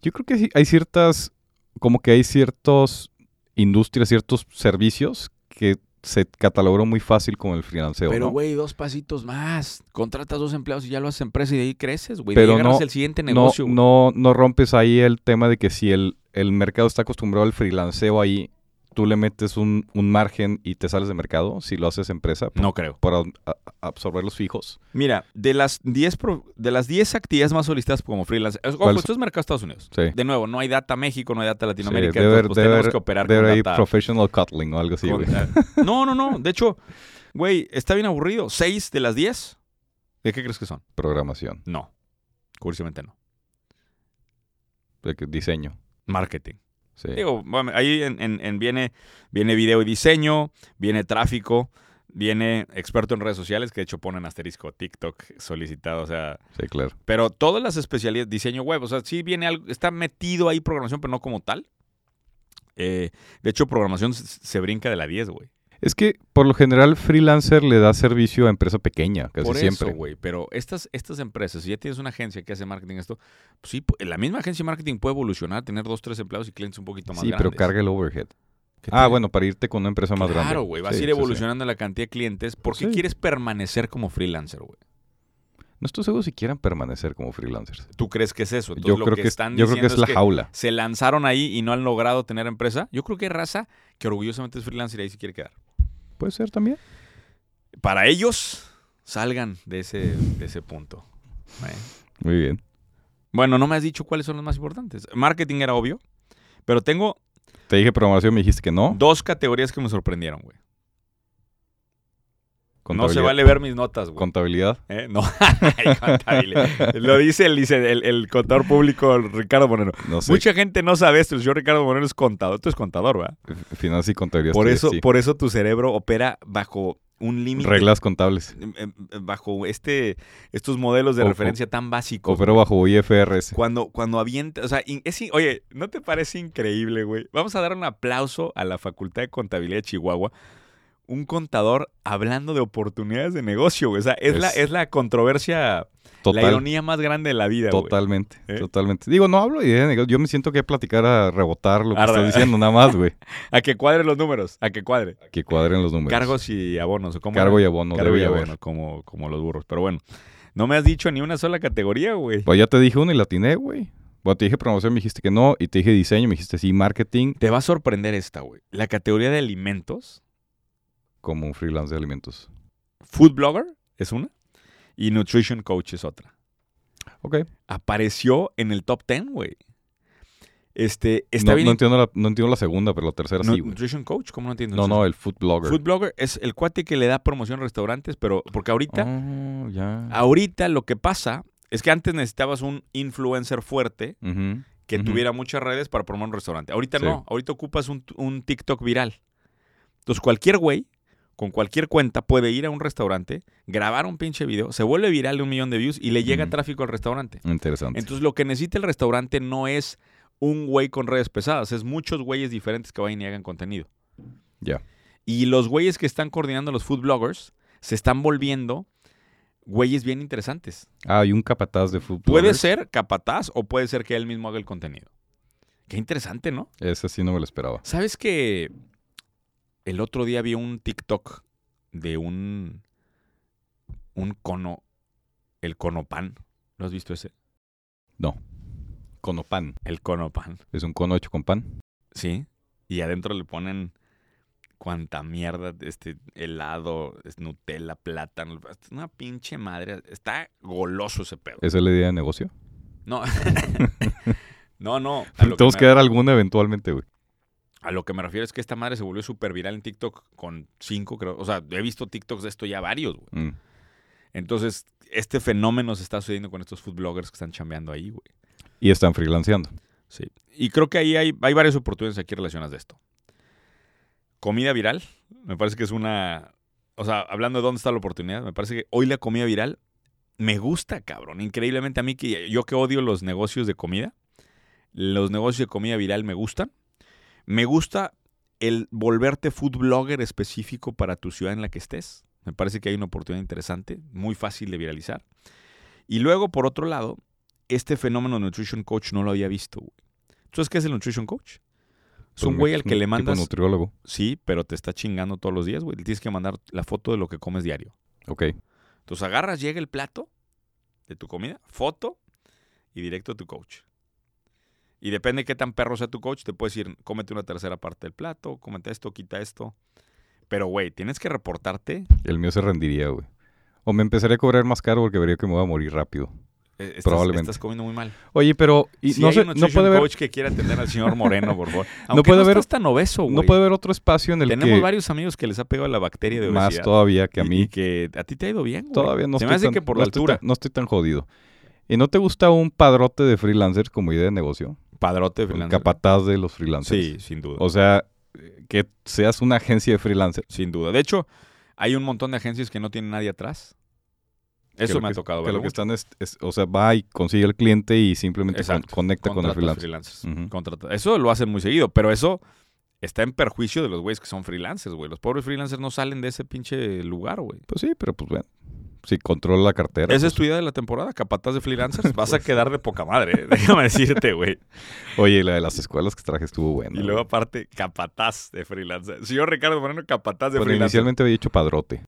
B: Yo creo que sí, hay ciertas, como que hay ciertos industrias, ciertos servicios que se catalogó muy fácil con el freelanceo,
A: Pero,
B: ¿no?
A: güey, dos pasitos más. Contratas dos empleados y ya lo haces empresa y de ahí creces, güey.
B: Pero
A: Pero agarras
B: no-
A: el siguiente
B: No-
A: negocio. güey.
B: no, no, rompes ahí el tema de que si el, el mercado está acostumbrado al freelanceo ahí, tú le metes un, un margen y te sales de mercado si lo haces empresa
A: no creo.
B: para a- absorber los fijos.
A: Mira, de las 10 pro- de las 10 actividades más solicitadas como freelancer. es- Ojo,
B: ¿Cuál es?
A: esto es mercado de Estados Unidos.
B: Sí.
A: De nuevo, no hay data México, no hay data
B: Sí,
A: Latinoamérica. entonces,
B: debe haber-
A: pues,
B: debe
A: tenemos
B: haber-
A: que operar
B: debe
A: con
B: haber
A: data.
B: professional cutting o algo así,
A: con-
B: güey. <laughs>
A: no, no, no. De hecho, güey, está bien aburrido. ¿Seis de las 10? ¿De qué crees que son?
B: Programación,
A: No. Curiosamente no.
B: de que- diseño.
A: Marketing.
B: Sí.
A: Digo, bueno, ahí en- en- en viene, viene video y diseño, viene tráfico, viene experto en redes sociales, que de hecho ponen asterisco TikTok solicitado, o sea,
B: sí, claro.
A: pero todas las especialidades, diseño web, o sea, sí viene algo, está metido ahí programación, pero no como tal. Eh, de hecho, programación se, se brinca de la 10, güey.
B: Es que por lo general freelancer le da servicio a empresa pequeña, casi
A: Por
B: siempre.
A: eso, güey. Pero estas, estas empresas, si ya tienes una agencia que hace marketing, esto, pues sí, pu- la misma agencia de marketing puede evolucionar, tener dos, tres empleados y clientes un poquito más
B: sí,
A: grandes.
B: pero carga el overhead.
A: ¿Qué
B: Ah,
A: tiene?
B: bueno, para irte con una empresa más grande.
A: Claro, güey. Vas
B: Sí,
A: a ir
B: sí, sí.
A: evolucionando la cantidad de clientes. ¿Por qué
B: Sí.
A: quieres permanecer como freelancer, güey?
B: No estoy seguro si quieran permanecer como freelancers.
A: ¿Tú crees que es eso? Entonces,
B: Yo
A: lo
B: creo
A: que
B: que, es-
A: están
B: yo creo que
A: diciendo
B: es la jaula.
A: se lanzaron ahí y no han logrado tener empresa. Yo creo que hay raza que orgullosamente es freelancer y ahí se quiere quedar.
B: Puede ser también.
A: Para ellos, salgan de ese, de ese punto. ¿eh?
B: Muy bien.
A: Bueno, no me has dicho cuáles son los más importantes. Marketing era obvio, pero tengo
B: Te dije programación, me dijiste que no.
A: dos categorías que me sorprendieron, güey. No se
B: Contabilidad-
A: vale ver mis notas, güey.
B: Contabilidad.
A: ¿Eh? No, <laughs> Ay, contable. lo dice el, dice el, el contador público Ricardo Moreno.
B: No sé.
A: Mucha gente no sabe esto. El señor Ricardo Moreno es contador. Tú eres contador, ¿verdad?
B: f- Finanzas y contabilidad.
A: Por
B: sí,
A: eso,
B: sí.
A: por eso tu cerebro opera bajo un límite.
B: Reglas contables.
A: eh, eh, Bajo este, estos modelos de
B: O-
A: referencia tan básicos.
B: Opero bajo IFRS.
A: Cuando, cuando avienta, o sea, in- es in- oye, ¿no te parece increíble, güey? Vamos a dar un aplauso a la Facultad de Contabilidad de Chihuahua un contador hablando de oportunidades de negocio, güey. O sea, es,
B: Es-
A: la, es la controversia, la
B: Total,
A: ironía más grande de la vida, güey.
B: totalmente,
A: ¿Eh?
B: totalmente. Digo, no hablo de idea de negocio. Yo me siento que platicar a rebotar lo que
A: A
B: estás
A: re-
B: diciendo, nada más, güey. <laughs>
A: A que cuadre los números, a que cuadre.
B: Que cuadren los números.
A: Cargos y abonos, ¿o cómo
B: Pues, Cargo
A: era?
B: y abono,
A: Cargo
B: debe
A: y
B: haber.
A: abono, como, como los burros. Pero bueno, no me has dicho ni una sola categoría, güey.
B: Pues ya te dije uno y la atiné, güey. Bueno, te dije promoción, me dijiste que no. Y te dije diseño, me dijiste sí. Marketing,
A: Te va a sorprender esta, güey. La categoría de alimentos,
B: como un freelance de alimentos.
A: food blogger es una y nutrition coach es otra.
B: Ok.
A: Apareció en el top 10, güey. Este, está
B: No,
A: bien.
B: no entiendo la, no entiendo la segunda, pero la tercera
A: Nu-
B: sí, güey.
A: nutrition coach, ¿cómo no entiendes?
B: No, no, el food blogger.
A: Food blogger es el cuate que le da promoción a restaurantes, pero porque ahorita,
B: Oh, ya.
A: Ah. ahorita lo que pasa es que antes necesitabas un influencer fuerte
B: Ujú.
A: que
B: Ujú.
A: tuviera muchas redes para promover un restaurante. Ahorita
B: Sí.
A: no, ahorita ocupas un, un TikTok viral. Entonces cualquier güey con cualquier cuenta puede ir a un restaurante, grabar un pinche video, se vuelve viral de un millón de views y le llega
B: Ujú.
A: tráfico al restaurante.
B: Interesante.
A: Entonces lo que necesita el restaurante no es un güey con redes pesadas, es muchos güeyes diferentes que vayan y hagan contenido.
B: Ya.
A: Y los güeyes que están coordinando los food bloggers se están volviendo güeyes bien interesantes.
B: Ah, y un capataz de food
A: Puede
B: blogger.
A: ser capataz o puede ser que él mismo haga el contenido. Qué interesante, ¿no?
B: Ese sí no me lo esperaba.
A: ¿Sabes que el otro día vi un TikTok de un un cono, el cono pan? ¿Lo has visto ese?
B: Cono pan.
A: El cono pan.
B: Es un cono hecho con pan.
A: Sí. Y adentro le ponen cuanta mierda, este helado, es Nutella, plátano, es una pinche madre. Está goloso ese pedo.
B: ¿Esa es la idea de negocio?
A: No. <laughs> no, no. a lo que
B: Tenemos
A: me-
B: que dar alguna eventualmente, güey.
A: A lo que me refiero es que esta madre se volvió súper viral en TikTok con cinco, creo. O sea, he visto TikToks de esto ya varios, güey.
B: Mm.
A: Entonces, este fenómeno se está sucediendo con estos food bloggers que están chambeando ahí, güey.
B: Y están freelanceando.
A: Sí. Y creo que ahí hay, hay varias oportunidades aquí relacionadas de esto. Comida viral, me parece que es una... O sea, hablando de dónde está la oportunidad, me parece que hoy la comida viral me gusta, cabrón. Increíblemente a mí, que yo que odio los negocios de comida, los negocios de comida viral me gustan. Me gusta el volverte food blogger específico para tu ciudad en la que estés. Me parece que hay una oportunidad interesante, muy fácil de viralizar. Y luego, por otro lado, este fenómeno de Nutrition Coach no lo había visto, güey. ¿Tú sabes qué es el Nutrition Coach? Pues, Es un güey al que le
B: tipo
A: mandas...
B: nutriólogo.
A: Sí, pero te está chingando todos los días, güey. Le tienes que mandar la foto de lo que comes diario.
B: Ok.
A: Entonces agarras, llega el plato de tu comida, foto y directo a tu coach. Y depende de qué tan perro sea tu coach, te puedes decir, cómete una tercera parte del plato, cómete esto, quita esto. Pero, güey, tienes que reportarte.
B: El mío se rendiría, güey. O me empezaré a cobrar más caro porque vería que me voy a morir rápido.
A: Eh, Estás,
B: Probablemente.
A: estás comiendo muy mal.
B: Oye, pero y
A: si
B: no,
A: hay
B: sé,
A: un
B: no
A: nutrition
B: puede haber,
A: coach que quiera atender al señor Moreno, por favor. Aunque
B: <laughs> No puede haber-
A: estás tan obeso, güey.
B: no puede haber otro espacio en el
A: Tenemos
B: que
A: varios amigos que les ha pegado la bacteria de
B: más
A: obesidad.
B: todavía que a
A: Y-
B: mí
A: y que a ti te ha ido bien, güey.
B: todavía no
A: Se
B: estoy
A: me hace
B: tan,
A: que por
B: no
A: la
B: estoy
A: altura.
B: tan- no estoy tan jodido. ¿Y no te gusta un padrote de freelancers como idea de negocio?
A: Padrote de
B: El
A: freelancer.
B: capataz de los freelancers.
A: Sí, sin duda.
B: O sea, eh, que seas una agencia de freelancers.
A: Sin duda. De hecho, hay un montón de agencias que no tienen nadie atrás. Eso
B: lo
A: me ha
B: que-
A: tocado
B: Que
A: ver.
B: lo que están es, es- o sea, va y consigue el cliente y simplemente con-
A: Exacto.
B: conecta con el freelancer.
A: freelancers.
B: Ujú.
A: Contrata- Eso lo hacen muy seguido, pero eso está en perjuicio de los güeyes que son freelancers, güey. Los pobres freelancers no salen de ese pinche lugar, güey.
B: Pues sí, pero pues bueno. Si controla la cartera.
A: Esa es tu idea de la temporada, capataz de
B: <laughs>
A: freelancers. Vas
B: Pues.
A: a quedar de poca madre, <laughs> eh. déjame decirte, güey.
B: Oye, y la de las escuelas que traje estuvo buena.
A: Y luego
B: güey.
A: aparte, capataz de freelancer. Señor Ricardo Moreno, capataz de
B: Bueno,
A: freelancer.
B: Pues, inicialmente había dicho padrote.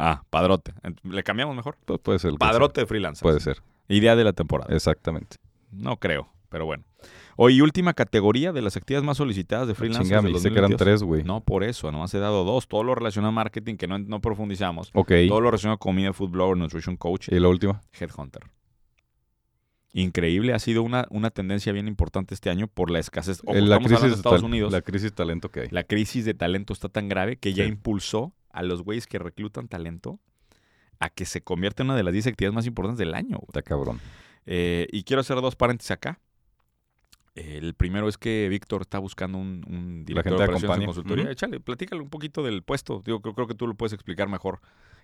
A: Ah, padrote. Ent- Le cambiamos mejor.
B: Pues puede ser. lo que sea.
A: Padrote de freelancer.
B: Puede ser,
A: Idea de la temporada.
B: exactamente.
A: No creo, pero bueno. Hoy, y última categoría de las actividades más solicitadas de freelancers.
B: Ah, Chinga,
A: del
B: me dijiste que eran
A: 2022.
B: tres, güey.
A: No, por eso, nomás he dado dos. Todo lo relacionado a marketing que no, no profundizamos.
B: Ok.
A: Todo lo relacionado a comida, food blogger, nutrition coach,
B: ¿Y la última?
A: headhunter. Increíble, ha sido una, una tendencia bien importante este año por la escasez. Ojo,
B: Eh, la,
A: pues estamos hablando
B: crisis
A: de Estados
B: tal-
A: Unidos.
B: la
A: La,
B: crisis de talento que hay.
A: crisis de talento está tan grave que ya
B: Sí.
A: impulsó a los güeyes que reclutan talento a que se convierta en una de las 10 actividades más importantes del año. güey.
B: Está cabrón.
A: Eh, y quiero hacer dos paréntesis acá. El primero es que Víctor está buscando un, un director de
B: gente te
A: operaciones
B: acompaña.
A: en consultoría.
B: Ujú.
A: Échale, platícale un poquito del puesto. Digo, creo, creo que tú lo puedes explicar mejor.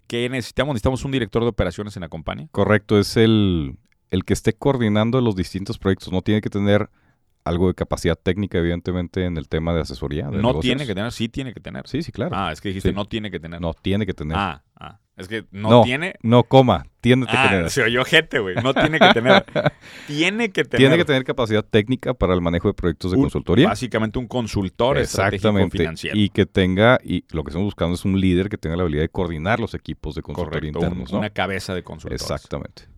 A: ¿Qué necesitamos? Necesitamos un director de operaciones en la compañía.
B: Correcto, es el, el que esté coordinando los distintos proyectos. No tiene que tener algo de capacidad técnica, evidentemente, en el tema de asesoría. Ah, de
A: no
B: negocios.
A: tiene que tener, sí tiene que tener.
B: Sí, sí, claro.
A: Ah, es que dijiste
B: Sí.
A: no tiene que tener.
B: No tiene que tener.
A: Ah, ah. Es que no,
B: No.
A: tiene.
B: No, coma, tiene que
A: Ah,
B: tener.
A: se oyó gente, güey. No tiene que
B: <laughs>
A: tener. tiene que tener.
B: Tiene que tener capacidad técnica para el manejo de proyectos de
A: Un-
B: consultoría.
A: Básicamente un consultor estratégico
B: Exactamente.
A: financiero.
B: Y que tenga, y lo que estamos buscando es un líder que tenga la habilidad de coordinar los equipos de consultoría
A: Correcto, un-
B: internos, ¿no?
A: una cabeza de consultor.
B: Exactamente.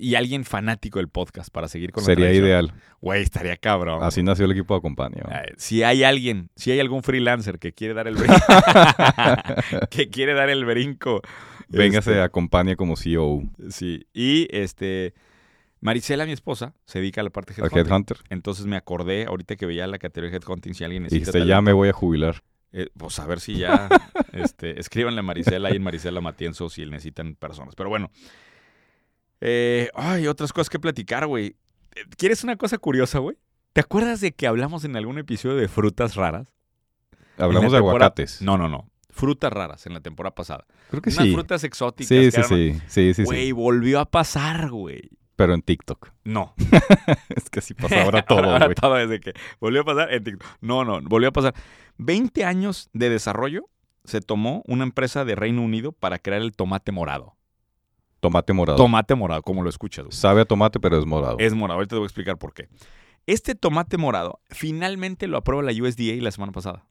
A: Y alguien fanático del podcast para seguir con la
B: Sería
A: tradición.
B: ideal.
A: Güey, estaría cabrón.
B: Así nació el equipo de acompaño.
A: Eh, Si hay alguien, si hay algún freelancer que quiere dar el brinco,
B: <laughs>
A: que quiere dar el brinco,
B: Véngase,
A: este,
B: acompaña como E CEO,
A: Sí. Y este, Marisela, mi esposa, se dedica a la parte
B: al
A: headhunting.
B: Headhunter.
A: Entonces me acordé ahorita que veía la categoría headhunting si alguien
B: Y
A: necesita.
B: dijiste, ya
A: talento,
B: me voy a jubilar.
A: eh, pues a ver si
B: <laughs>
A: ya, este, escríbanle a Marisela y en Marisela Matienzo si necesitan personas. Pero bueno. Eh, ay, otras cosas que platicar, güey. Eh, ¿Quieres una cosa curiosa, güey? ¿Te acuerdas de que hablamos en algún episodio de frutas raras?
B: Hablamos de
A: la temporada-
B: aguacates.
A: No, no, no. Frutas raras en la temporada pasada.
B: Creo que
A: Unas
B: sí.
A: frutas exóticas.
B: Sí,
A: que
B: sí,
A: eran-
B: sí, sí, sí, sí.
A: Güey, volvió a pasar, güey.
B: Pero en TikTok. <laughs>
A: No.
B: Es que así pasa
A: <laughs>
B: ahora todo,
A: Ahora
B: güey.
A: todo desde que volvió a pasar en TikTok. No, no, volvió a pasar. 20 años de desarrollo se tomó una empresa de Reino Unido para crear el tomate morado.
B: Tomate morado.
A: Tomate morado, como lo escuchas, güey.
B: Sabe a tomate, pero es morado.
A: Es morado. Ahorita te voy a explicar por qué. Este tomate morado finalmente lo aprueba la USDA la semana pasada.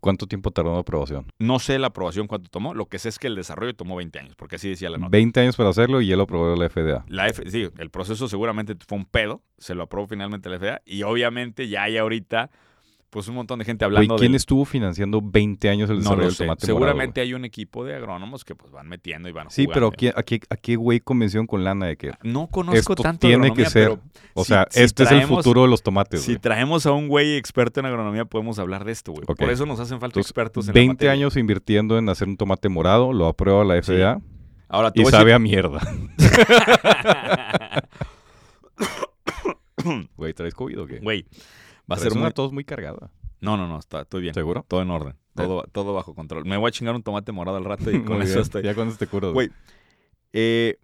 B: ¿Cuánto tiempo tardó la aprobación?
A: No sé la aprobación cuánto tomó. Lo que sé es que el desarrollo tomó 20 años, porque así decía la nota.
B: 20 años para hacerlo y ya lo aprobó la FDA.
A: La F- sí, el proceso seguramente fue un pedo, se lo aprobó finalmente la FDA y obviamente ya hay ahorita pues un montón de gente
B: Güey,
A: hablando
B: ¿quién
A: del-
B: estuvo financiando 20 años el
A: no
B: desarrollo
A: lo
B: del
A: sé.
B: tomate morado, güey?
A: Seguramente hay un equipo de agrónomos que pues van metiendo y van
B: Sí, pero
A: jugando.
B: ¿a qué, a qué- a qué güey convención con lana de que?
A: no conozco
B: Esto
A: tanto
B: tiene
A: agronomía,
B: que ser.
A: pero
B: O
A: si-
B: sea,
A: si
B: este es el
A: traemos-
B: futuro de los tomates,
A: si
B: güey.
A: traemos a un güey experto en agronomía podemos hablar de esto, güey.
B: Ok.
A: Por eso nos hacen falta
B: Entonces,
A: expertos en la
B: 20
A: materia.
B: años invirtiendo en hacer un tomate morado, lo aprueba la
A: Sí.
B: FDA
A: Ahora te
B: y
A: voy a
B: sabe
A: <laughs> decir-
B: a mierda. <laughs> Güey, ¿traes COVID o qué?
A: Güey, va a
B: Traes
A: ser
B: una
A: muy
B: tos muy cargada.
A: No, no, no, está estoy bien.
B: ¿Seguro?
A: Todo en orden. Todo, todo bajo control. Me voy a chingar un tomate morado al rato y
B: <laughs> Muy
A: con eso
B: bien,
A: estoy.
B: Ya con eso te curo.
A: Güey, Eh,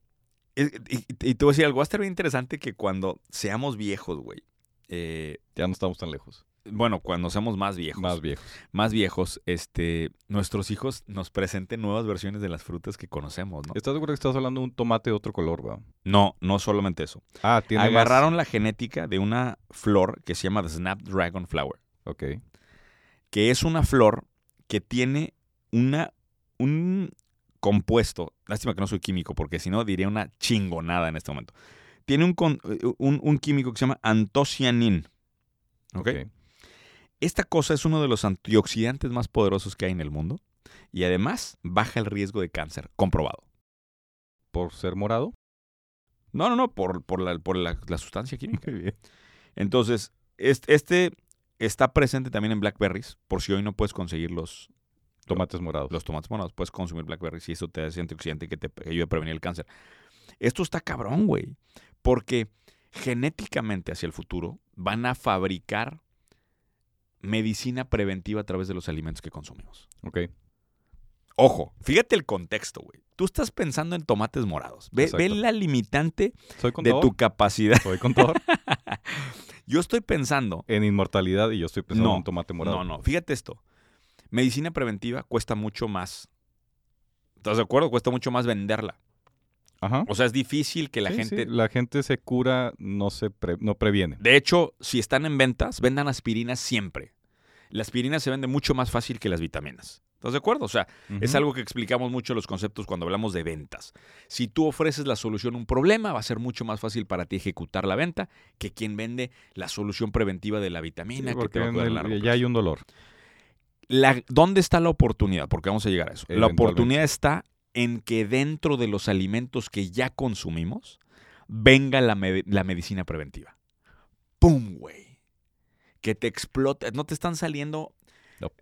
A: es- y, y te voy a decir algo, va a estar bien interesante que cuando seamos viejos, güey. eh,
B: Ya no estamos tan lejos.
A: bueno, cuando seamos más viejos.
B: Más viejos.
A: más viejos, este, nuestros hijos nos presenten nuevas versiones de las frutas que conocemos, ¿no?
B: ¿Estás seguro que estás hablando de un tomate de otro color, güey?
A: No, no solamente eso.
B: Ah, tiene más-
A: Agarraron la genética de una flor que se llama Snapdragon Flower,
B: Ok.
A: que es una flor que tiene una, un compuesto. Lástima que no soy químico, porque si no diría una chingonada en este momento. Tiene un, con- eh, un, un químico que se llama antocianin. ¿ok?
B: ok.
A: Esta cosa es uno de los antioxidantes más poderosos que hay en el mundo y además baja el riesgo de cáncer, comprobado.
B: ¿Por ser morado?
A: No, no, no, por, por, la, por la, la
B: <laughs>
A: sustancia química.
B: Muy bien.
A: Entonces, est- este, está presente también en blackberries, por si hoy no puedes conseguir los,
B: Tomates morados.
A: los tomates morados, puedes consumir blackberries y eso te hace antioxidante que te ayuda a prevenir el cáncer. Esto está cabrón, güey, porque genéticamente hacia el futuro van a fabricar medicina preventiva a través de los alimentos que consumimos.
B: Ok.
A: Ojo, fíjate el contexto, güey. Tú estás pensando en tomates morados. Ve, ve
B: Exacto.
A: la limitante
B: Soy
A: de
B: contador.
A: tu capacidad. <laughs>
B: Soy contador.
A: Yo estoy pensando.
B: <laughs> en inmortalidad y yo estoy pensando
A: No,
B: en tomate morado.
A: No, no, fíjate esto. Medicina preventiva cuesta mucho más. ¿Estás de acuerdo? Cuesta mucho más venderla.
B: Ajá.
A: O sea, es difícil que la
B: Sí,
A: gente.
B: sí, La gente se cura, no se pre- no previene.
A: De hecho, si están en ventas, vendan aspirinas siempre. La aspirina se vende mucho más fácil que las vitaminas. ¿Estás de acuerdo? O sea, Es
B: Ujú.
A: algo que explicamos mucho los conceptos cuando hablamos de ventas. Si tú ofreces la solución a un problema, va a ser mucho más fácil para ti ejecutar la venta que quien vende la solución preventiva de la
B: Sí,
A: vitamina que
B: porque
A: te va a
B: en
A: cuidar a
B: el-
A: largo
B: ya
A: plazo.
B: hay un dolor.
A: La- ¿Dónde está la oportunidad? Porque vamos a llegar a eso. La
B: Eventualmente.
A: oportunidad está en que dentro de los alimentos que ya consumimos venga la, me- la medicina preventiva. ¡Pum, güey! Que te explota. No te están saliendo...
B: No.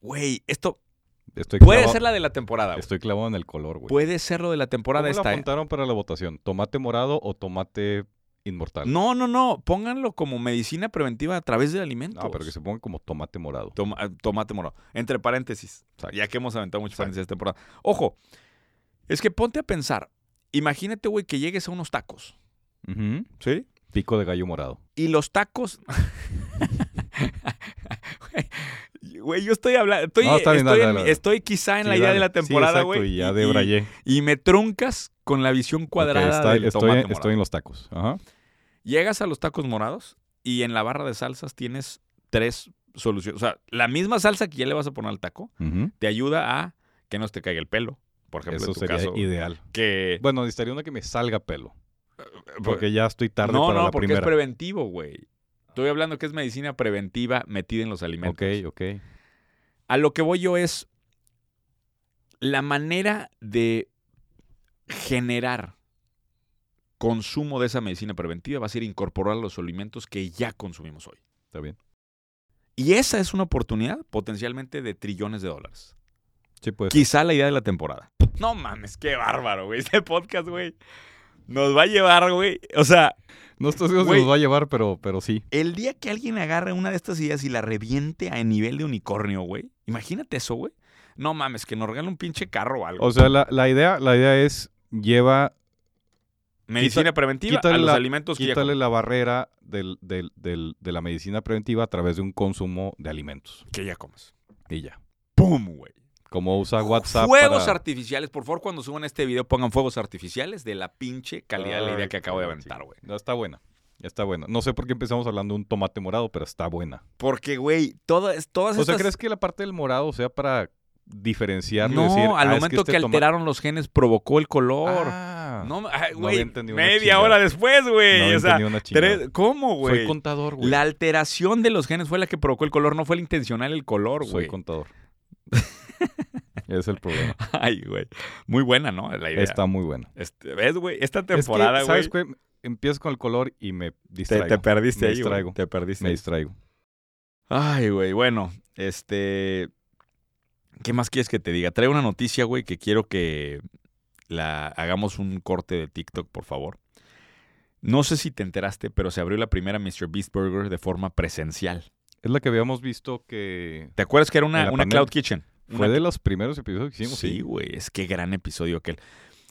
A: Güey, esto
B: Estoy
A: puede
B: clavado,
A: ser la de la temporada. güey.
B: Estoy clavado en el color, güey.
A: Puede ser lo de la temporada
B: ¿Cómo lo
A: esta. eh.
B: apuntaron para la votación? ¿Tomate morado o tomate inmortal?
A: No, no, no. Pónganlo como medicina preventiva a través de alimentos.
B: No, Ah, pero que se pongan como tomate morado.
A: Toma- ah, tomate morado. Entre paréntesis.
B: Exacto.
A: Ya que hemos aventado muchos
B: Exacto.
A: paréntesis esta temporada. Ojo, es que ponte a pensar. Imagínate, güey, que llegues a unos tacos.
B: Ujú.
A: ¿Sí?
B: Pico de gallo morado.
A: Y los tacos. <laughs> Güey, Güey, yo estoy hablando. Estoy,
B: No, está bien,
A: estoy
B: dale,
A: en-
B: dale, dale.
A: estoy quizá en la
B: Sí,
A: idea
B: dale.
A: de la
B: Sí,
A: temporada,
B: exacto,
A: güey.
B: y ya
A: y-
B: debrayé.
A: y, me truncas con la visión cuadrada
B: Ok, está-
A: del
B: estoy,
A: tomate morado.
B: estoy en los tacos. Ajá.
A: Llegas a los tacos morados y en la barra de salsas tienes tres soluciones. O sea, la misma salsa que ya le vas a poner al taco
B: Ujú.
A: te ayuda a que no se te caiga el pelo. Por ejemplo,
B: Eso
A: en tu
B: sería
A: caso. eh,
B: ideal.
A: Que.
B: Bueno, necesitaría una que me salga pelo. Porque ya estoy tarde
A: eh, no,
B: para
A: no,
B: la
A: porque
B: primera.
A: es preventivo, güey. Estoy hablando que es medicina preventiva metida en los alimentos.
B: ok, ok.
A: A lo que voy yo es la manera de generar consumo de esa medicina preventiva va a ser incorporar los alimentos que ya consumimos hoy.
B: Está bien.
A: Y esa es una oportunidad potencialmente de trillones de dólares.
B: Sí, pues.
A: Quizá la idea de la temporada. No mames, qué bárbaro, güey. Este podcast, güey, nos va a llevar, güey. O sea,
B: No estoy seguro si
A: Güey.
B: nos va a llevar, pero, pero sí.
A: el día que alguien agarre una de estas ideas y la reviente a nivel de unicornio, güey. Imagínate eso, güey. No mames, que nos regale un pinche carro o algo.
B: O sea, la, la idea, la idea es lleva,
A: Medicina preventiva
B: quítale
A: a los
B: la-
A: alimentos que ya
B: quítale la barrera del- del- del- de la medicina preventiva a través de un consumo de alimentos.
A: comes. Que ya comes.
B: Y ya.
A: ¡Pum, güey!
B: Como usa WhatsApp
A: Fuegos
B: para-
A: artificiales. Por favor, cuando suban este video, pongan fuegos artificiales de la pinche calidad de la idea que acabo de aventar, güey.
B: No, está buena. Está buena. No sé por qué empezamos hablando de un tomate morado, pero está buena.
A: Porque, güey, todas, todas
B: O sea,
A: estas-
B: ¿crees que la parte del morado sea para diferenciar?
A: No,
B: decir,
A: al
B: "Ah, es
A: momento que,
B: este toma-
A: alteraron los genes provocó el color.
B: Ah, no,
A: no, ay,
B: no
A: güey,
B: había entendido una
A: media
B: chingada.
A: hora después, güey.
B: había
A: o sea,
B: entendido una chingada.
A: tres- ¿cómo,
B: Soy
A: güey?
B: contador, güey.
A: La alteración de los genes fue la que provocó el color, no fue el intencional el color,
B: Soy
A: <laughs> güey.
B: contador. es el problema.
A: Ay, güey. Muy buena, ¿no? La idea.
B: Está muy buena.
A: Este, ¿Ves, güey? Esta
B: Es que,
A: temporada, güey.
B: ¿Sabes qué? Empiezo con el color y me
A: Te,
B: distraigo.
A: te perdiste
B: Me
A: ahí, güey.
B: distraigo.
A: Te perdiste.
B: me
A: ahí.
B: distraigo.
A: Ay, güey, bueno, este... ¿Qué más quieres que te diga? Traigo una noticia, güey, que quiero que la hagamos un corte de TikTok, por favor. No sé si te enteraste, pero se abrió la primera Mr. Beast Burger de forma presencial.
B: Es la que habíamos visto que
A: ¿Te acuerdas que era
B: En
A: una,
B: la
A: una
B: pandemia.
A: Cloud Kitchen?
B: fue
A: Una-
B: de los primeros episodios que hicimos.
A: Sí, güey, es que gran episodio aquel.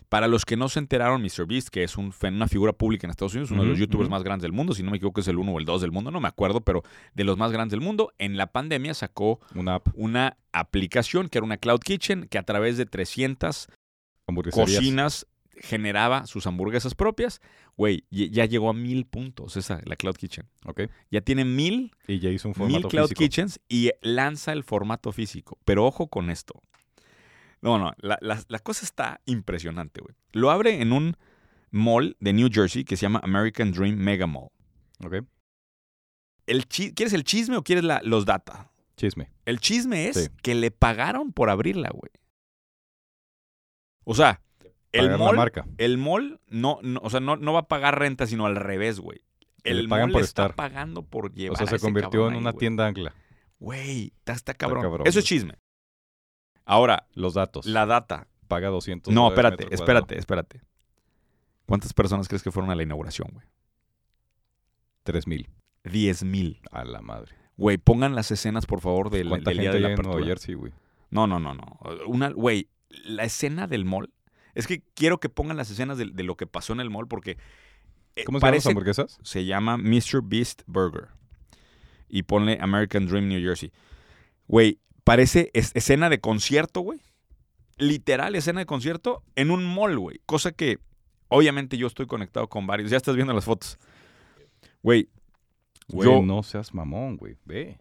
A: Para los que no se enteraron, Mr. Beast, que es un, fen- una figura pública en Estados Unidos, uno de los
B: Ujú,
A: youtubers
B: ujú.
A: más grandes del mundo, si no me equivoco es el uno o el dos del mundo, no me acuerdo, pero de los más grandes del mundo, en la pandemia sacó
B: Una app.
A: una aplicación que era una Cloud Kitchen que a través de 300
B: Hamburgueserías.
A: cocinas generaba sus hamburguesas propias. Güey, y- ya llegó a mil puntos esa, la Cloud Kitchen.
B: Ok.
A: Ya tiene mil,
B: Y ya hizo un
A: mil
B: formato
A: Cloud
B: físico.
A: Kitchens y lanza el formato físico. Pero ojo con esto. No, no, la, la- la cosa está impresionante, güey. Lo abre en un mall de New Jersey que se llama American Dream Mega Mall.
B: Ok.
A: El chi- ¿Quieres el chisme o quieres la- los data?
B: Chisme.
A: El chisme es
B: Sí.
A: que le pagaron por abrirla, güey. O sea, el
B: Pagar
A: mall,
B: la marca.
A: el mall no, no- o sea, no, no va a pagar renta, sino al revés, güey.
B: Le
A: El
B: pagan
A: mall
B: por
A: está
B: estar.
A: pagando por llevar.
B: O sea,
A: a
B: se
A: ese
B: convirtió
A: cabrón
B: en
A: ahí,
B: una
A: güey.
B: tienda ancla.
A: Güey, está, está cabrón.
B: cabrón,
A: Eso
B: güey. Pues,
A: es chisme. Ahora,
B: Los datos.
A: la data.
B: Paga 200
A: No,
B: dólares
A: espérate,
B: metro cuadrado.
A: espérate, espérate. ¿Cuántas personas crees que fueron a la inauguración, güey?
B: 3000
A: Diez mil.
B: a la madre.
A: Güey, pongan las escenas, por favor, del,
B: Pues, ¿Cuánta
A: del
B: gente
A: día de la
B: hay en
A: apertura.
B: Nueva Jersey, güey?
A: No, no, no, no. Una, güey, la escena del mall. Es que quiero que pongan las escenas del- de, lo que pasó en el mall porque eh,
B: ¿Cómo se llaman las
A: parece,
B: hamburguesas?
A: se llama Mr. Beast Burger. Y ponle American Dream New Jersey. Güey, parece es- escena de concierto, güey. Literal escena de concierto en un mall, güey. Cosa que obviamente yo estoy conectado con varios. Ya estás viendo las fotos. Güey,
B: Güey,
A: yo...
B: no seas mamón, güey. Ve.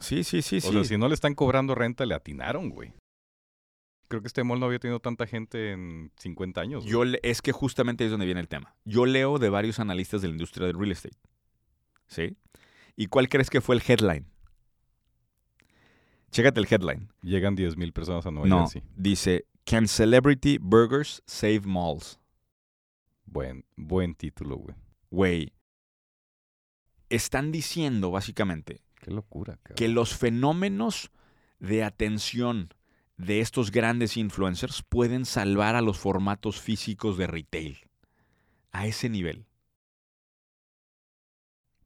A: Sí, sí, sí, sí.
B: O sea, si no le están cobrando renta, le atinaron, güey. Creo que este mall no había tenido tanta gente en 50 años. güey.
A: Yo le- es que justamente ahí es donde viene el tema. Yo leo de varios analistas de la industria del real estate. ¿Sí? ¿Y cuál crees que fue el headline? Chécate el headline.
B: Llegan 10.000 personas a Nueva
A: No,
B: Jersey.
A: dice, Can Celebrity Burgers Save Malls?
B: Buen, buen título, güey.
A: Güey. Están diciendo, básicamente,
B: Qué locura, cabrón.
A: que los fenómenos de atención de estos grandes influencers pueden salvar a los formatos físicos de retail. A ese nivel.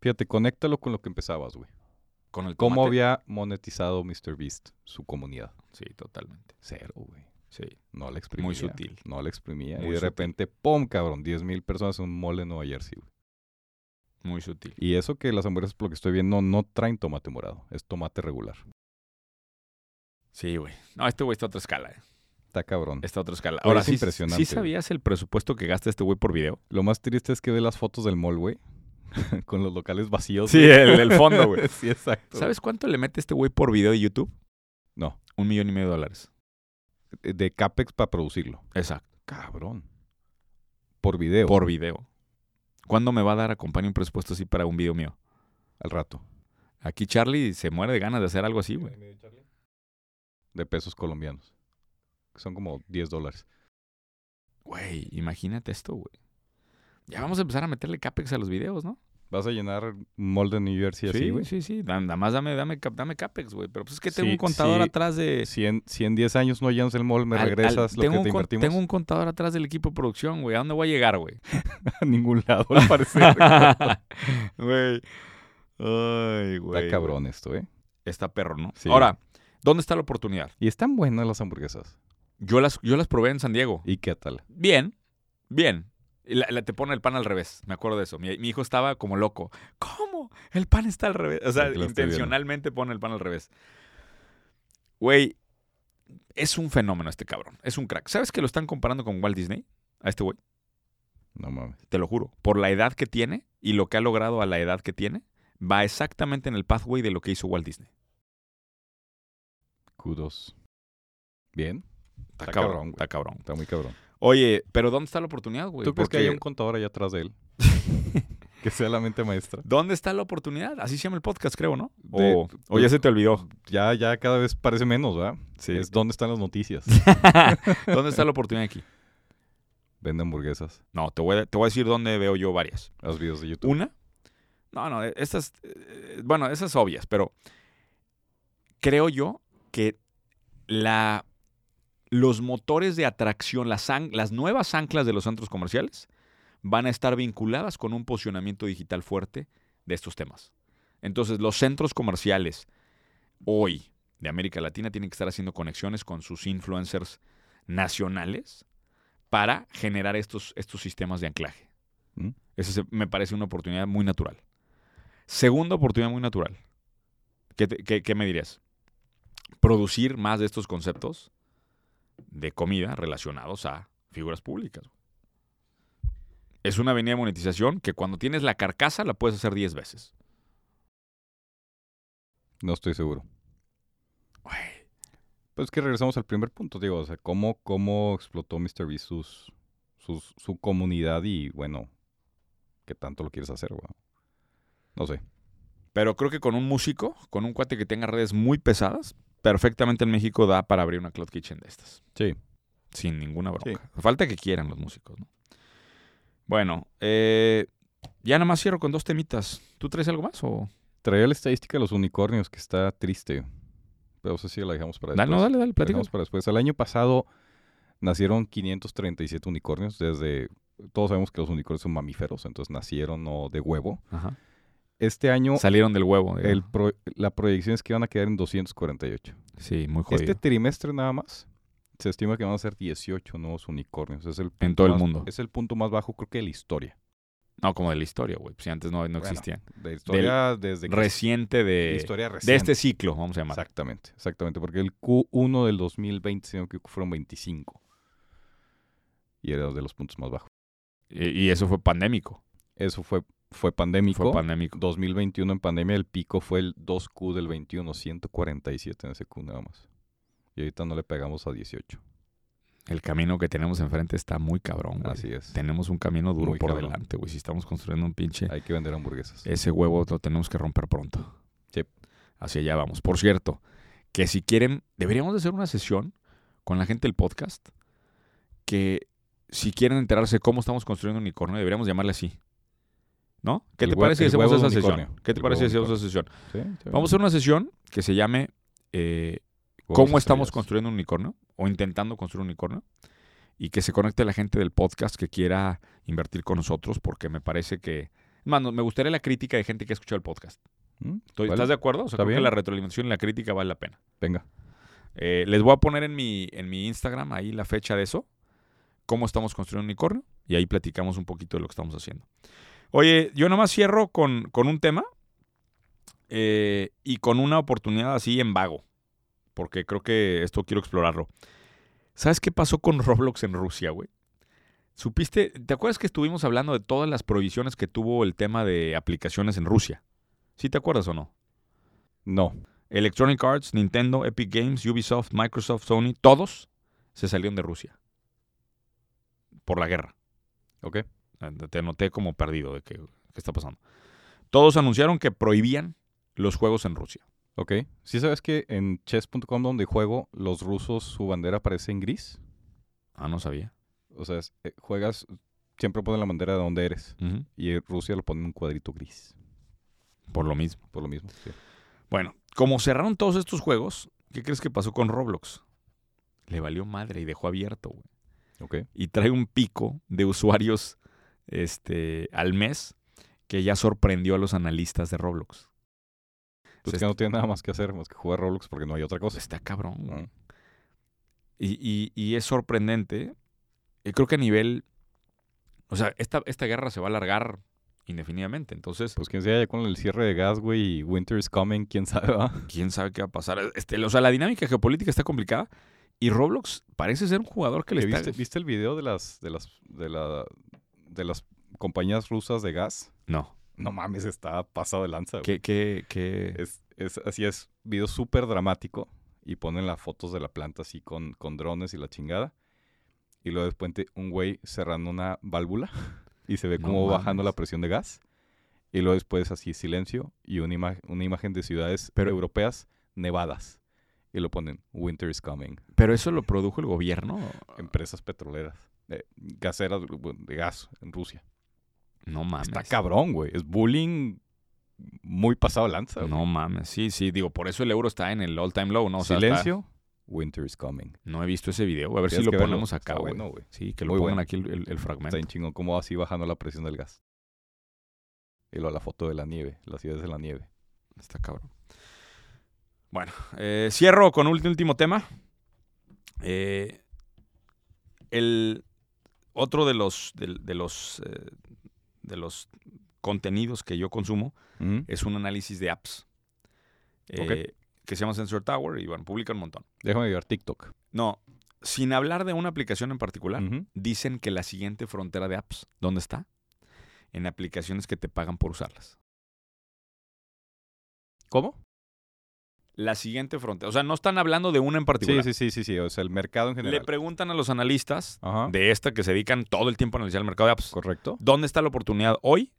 B: Fíjate, conéctalo con lo que empezabas, güey.
A: Con el
B: ¿Cómo
A: tomate.
B: había monetizado MrBeast su comunidad?
A: Sí, totalmente.
B: Cero, güey.
A: Sí.
B: No la exprimía.
A: Muy sutil.
B: No la exprimía.
A: Muy
B: y de
A: sutil.
B: repente, ¡pum! Cabrón, 10 mil personas en un mole en Nueva Jersey, güey.
A: Muy sutil.
B: Y eso que las hamburguesas, por lo que estoy viendo, no traen tomate morado. Es tomate regular.
A: Sí, güey. No, este güey está a otra escala. eh.
B: Está cabrón.
A: Está a otra escala.
B: Güey,
A: Ahora
B: es
A: sí,
B: impresionante,
A: ¿sí
B: güey.
A: sabías el presupuesto que gasta este güey por video?
B: Lo más triste es que ve las fotos del mall, güey. <laughs> con los locales vacíos.
A: Sí,
B: güey.
A: el del fondo, güey.
B: sí,
A: <laughs>
B: exacto.
A: ¿Sabes cuánto le mete este güey por video de YouTube?
B: No.
A: Un millón y medio de dólares.
B: De CAPEX para producirlo.
A: Exacto.
B: Cabrón. Por video.
A: Por video. ¿Cuándo me va a dar acompañar un presupuesto así para un video mío?
B: Al rato.
A: Aquí Charlie se muere de ganas de hacer algo así, güey.
B: De pesos colombianos. Que son como 10 dólares.
A: Güey, imagínate esto, güey. Ya vamos a empezar a meterle capex a los videos, ¿no?
B: ¿Vas a llenar un mall de New Jersey así, güey?
A: sí, sí. Dan- Nada más dame, dame, cap- dame capex, güey. Pero pues es que tengo
B: Sí,
A: un contador
B: sí.
A: atrás de...
B: Si en, si en 10 años no llenas el mall, me
A: al- al-
B: regresas lo
A: tengo
B: que
A: un
B: te
A: con-
B: invertimos.
A: Tengo un contador atrás del equipo de producción, güey. ¿A dónde voy a llegar, güey?
B: <laughs> a ningún lado,
A: <laughs>
B: al parecer.
A: Güey. Ay, güey.
B: Está cabrón esto, ¿eh?
A: Está perro, ¿no?
B: Sí.
A: Ahora, ¿dónde está la oportunidad?
B: Y están buenas las hamburguesas.
A: Yo las, yo las probé en San Diego.
B: ¿Y qué tal?
A: Bien, bien. Y la- la- te pone el pan al revés, me acuerdo de eso. Mi, mi hijo estaba como loco. ¿Cómo? El pan está al revés. O sea,
B: Aquí lo estoy
A: intencionalmente pone el pan al revés. Güey, es un fenómeno este cabrón. Es un crack. ¿Sabes que lo están comparando con Walt Disney? A este güey,
B: No mames.
A: te lo juro. Por la edad que tiene y lo que ha logrado a la edad que tiene, va exactamente en el pathway de lo que hizo Walt Disney.
B: Kudos. Bien.
A: Está, cabrón,
B: Está cabrón, güey.
A: está cabrón.
B: Está muy cabrón.
A: Oye, pero ¿dónde está la oportunidad, güey?
B: ¿Tú crees que
A: Porque-
B: haya un contador allá
A: <laughs>
B: atrás de él? que sea la mente maestra.
A: ¿Dónde está la oportunidad? Así se llama el podcast, creo, ¿no?
B: De-
A: o, o ya se te
B: <laughs>
A: olvidó.
B: Ya, ya cada vez parece menos, ¿verdad?
A: Sí.
B: Es dónde están
A: <laughs>
B: las noticias.
A: ¿Dónde está la oportunidad aquí?
B: Vende hamburguesas.
A: No, te voy, a, te voy a decir dónde veo yo varias.
B: Haz videos de YouTube.
A: Una, no, no, estas, eh, bueno, esas obvias, pero creo yo que la, los motores de atracción, las, an- las nuevas anclas de los centros comerciales van a estar vinculadas con un posicionamiento digital fuerte de estos temas. Entonces, los centros comerciales hoy de América Latina tienen que estar haciendo conexiones con sus influencers nacionales para generar estos, estos sistemas de anclaje.
B: ¿Mm?
A: Esa se- me parece una oportunidad muy natural. Segunda oportunidad muy natural. ¿Qué, te- qué- qué me dirías? Producir más de estos conceptos de comida relacionados a figuras públicas. Es una avenida de monetización que cuando tienes la carcasa la puedes hacer 10 veces.
B: No estoy seguro.
A: Güey,
B: Pues es que regresamos al primer punto, digo, o sea, cómo, cómo explotó MrBeast sus, sus- su comunidad y, bueno, qué tanto lo quieres hacer, güey. No sé.
A: Pero creo que con un músico, con un cuate que tenga redes muy pesadas, perfectamente en México da para abrir una cloud kitchen de estas.
B: Sí.
A: Sin ninguna bronca. Falta que quieran los músicos, ¿no? Bueno, eh, ya nada más cierro con dos temitas. ¿Tú traes algo más o...?
B: Traía la estadística de los unicornios, que está triste. Pero no sé si la dejamos para después.
A: Dale, no, dale, dale,
B: La
A: platícanos.
B: dejamos para después. El año pasado nacieron 537 unicornios desde... Todos sabemos que los unicornios son mamíferos, entonces nacieron no de huevo.
A: Ajá.
B: Este año
A: Salieron del huevo. digamos.
B: pues, el pro- la proyección es que van a quedar en 248.
A: Sí, muy jodido.
B: Este trimestre nada más se estima que van a ser 18 nuevos unicornios. Es el
A: En todo el
B: más-
A: mundo.
B: Es el punto más bajo, creo que de la historia.
A: No, como de la historia, güey. Si antes no, no
B: Bueno,
A: existían.
B: De la historia desde que-
A: Reciente de...
B: historia reciente.
A: De este ciclo, vamos a llamar.
B: Exactamente, exactamente. Porque el Q1 del 2020 sino que fueron 25. Y era de los puntos más bajos.
A: Y, y eso fue pandémico.
B: Eso fue, fue pandémico.
A: Fue pandémico.
B: 2021 en pandemia, el pico fue el 2Q del 21, 147 en ese Q nada más. Y ahorita no le pegamos a 18.
A: El camino que tenemos enfrente está muy cabrón, güey.
B: Así es.
A: Tenemos un camino duro
B: Muy
A: por
B: cabrón.
A: delante, güey. Si estamos construyendo un pinche...
B: Hay que vender hamburguesas.
A: Ese huevo lo tenemos que romper pronto.
B: Sí.
A: Hacia allá vamos. Por cierto, que si quieren, deberíamos de hacer una sesión con la gente del podcast que si quieren enterarse cómo estamos construyendo un unicornio, deberíamos llamarle así. ¿No? ¿Qué
B: El
A: te
B: hue-
A: parece si
B: el
A: hacemos
B: huevo
A: esa
B: de
A: sesión?
B: unicornio.
A: ¿Qué te
B: El
A: parece si
B: huevo de
A: hacemos
B: unicornio.
A: esa sesión?
B: Sí, sí.
A: Vamos a hacer una sesión que se llame eh,
B: Huevos
A: cómo estamos
B: estrellados.
A: construyendo un unicornio o intentando construir un unicornio y que se conecte la gente del podcast que quiera invertir con nosotros porque me parece que... Mano, me gustaría la crítica de gente que ha escuchado el podcast.
B: ¿Mm?
A: Estoy-
B: Vale.
A: ¿Estás de acuerdo? O sea,
B: Está
A: creo que
B: bien.
A: la retroalimentación y la crítica vale la pena.
B: Venga.
A: Eh, les voy a poner en mi, en mi Instagram ahí la fecha de eso, cómo estamos construyendo un unicornio, y ahí platicamos un poquito de lo que estamos haciendo. Oye, yo nomás cierro con, con un tema eh, y con una oportunidad así en vago, porque creo que esto quiero explorarlo. ¿Sabes qué pasó con <laughs> Roblox en Rusia, güey? Supiste, ¿te acuerdas que estuvimos hablando de todas las prohibiciones que tuvo el tema de aplicaciones en Rusia? ¿Sí te acuerdas o no?
B: No.
A: Electronic Arts, Nintendo, Epic Games, Ubisoft, Microsoft, Sony, todos se salieron de Rusia por la guerra.
B: Ok.
A: Te anoté como perdido de que- qué está pasando. Todos anunciaron que prohibían los juegos en Rusia.
B: Ok. ¿Sí sabes que en chess.com donde juego, los rusos, su bandera aparece en gris?
A: Ah, no sabía.
B: O sea, es- eh, juegas, siempre ponen la bandera de donde eres.
A: Ujú.
B: Y en Rusia lo ponen en un cuadrito gris.
A: Por lo mismo.
B: Por lo mismo. sí.
A: Bueno, como cerraron todos estos juegos, ¿qué crees que pasó con Roblox? Le valió madre y dejó abierto, güey.
B: Ok.
A: Y trae un pico de usuarios este, al mes que ya sorprendió a los analistas de Roblox.
B: Pues
A: Se
B: que no tiene nada más que hacer más que jugar Roblox porque no hay otra cosa.
A: Pues Está cabrón, güey.
B: Ah.
A: Y, y- y es sorprendente. Eh, creo que a nivel. O sea, esta, esta guerra se va a alargar indefinidamente. Entonces,
B: Pues quien sea, ya con el cierre de gas, güey, y Winter is coming, quién sabe,
A: <laughs>
B: ¿va?
A: quién sabe qué va a pasar. Este, o sea, la dinámica geopolítica está complicada. Y Roblox parece ser un jugador que le
B: Oye,
A: está.
B: ¿Viste, viste el video de las, de las, de la, de las compañías rusas de gas?
A: No.
B: No mames, está pasado de lanza, güey.
A: ¿Qué, qué, qué-
B: Es, es, así es, video súper dramático. Y ponen las fotos de la planta así con, con drones y la chingada. Y luego después te- un güey cerrando una válvula. <laughs> Y se ve
A: No
B: como bajando la
A: mames.
B: presión de gas. Y luego después así silencio y una, ima- una imagen de ciudades europeas nevadas. Y lo ponen, winter is coming.
A: Pero eso lo produjo el gobierno.
B: Empresas petroleras, eh, gaseras bu- de gas en Rusia.
A: No mames.
B: Está cabrón, güey. Es bullying muy pasado de lanza. güey.
A: No mames. Sí, sí. Digo, por eso el euro está en el all time low, ¿no? O sea, está-
B: silencio, winter is coming.
A: no he visto ese video. A ver si
B: Tienes
A: lo
B: que verlo.
A: ponemos
B: Está
A: acá, güey.
B: bueno, güey.
A: Sí, que lo
B: Muy
A: pongan
B: bueno.
A: aquí el, el- el fragmento.
B: Está bien chingón cómo así bajando la presión del gas. Y luego la foto de la nieve, las ciudades de la nieve.
A: Está cabrón. Bueno, eh, cierro con un ulti- último tema. Eh, el otro de los de, de los eh, de los contenidos que yo consumo
B: Eh,
A: es un análisis de apps eh, que se llama Sensor Tower y bueno publica un montón.
B: Déjame ver TikTok.
A: No, sin hablar de una aplicación en particular,
B: Ujú.
A: dicen que la siguiente frontera de apps, ¿dónde está? En aplicaciones que te pagan por usarlas.
B: ¿Cómo?
A: La siguiente frontera, o sea, no están hablando de una en
B: Sí,
A: particular.
B: sí, sí, sí, sí. O sea, el mercado en general.
A: Le preguntan a los analistas
B: Ajá.
A: de esta que se dedican todo el tiempo a analizar el mercado de apps.
B: Correcto.
A: ¿Dónde está la oportunidad hoy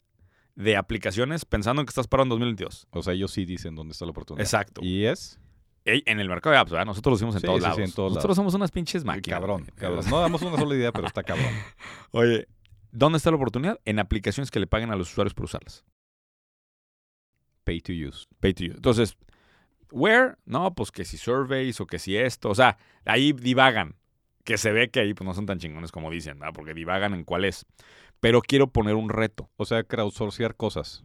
A: de aplicaciones pensando en que estás parado en 2022?
B: O sea, ellos sí dicen dónde está la oportunidad.
A: Exacto.
B: Y es
A: Ey, En el mercado de apps, ¿verdad? Nosotros lo hicimos en,
B: Sí,
A: todos,
B: sí, sí,
A: lados.
B: en todos
A: Nosotros
B: lados.
A: somos unas pinches máquinas.
B: cabrón,
A: güey.
B: cabrón. No damos una sola idea, pero está <laughs> cabrón.
A: <laughs> Oye, ¿dónde está la oportunidad? En aplicaciones que le paguen a los usuarios por usarlas.
B: Pay to use.
A: Pay to use. Entonces, ¿where? No, pues que si surveys o que si esto. O sea, ahí divagan. Que se ve que ahí pues, no son tan chingones como dicen, ¿verdad? Porque divagan en cuál es. Pero quiero poner un reto.
B: O sea, crowdsourcear cosas.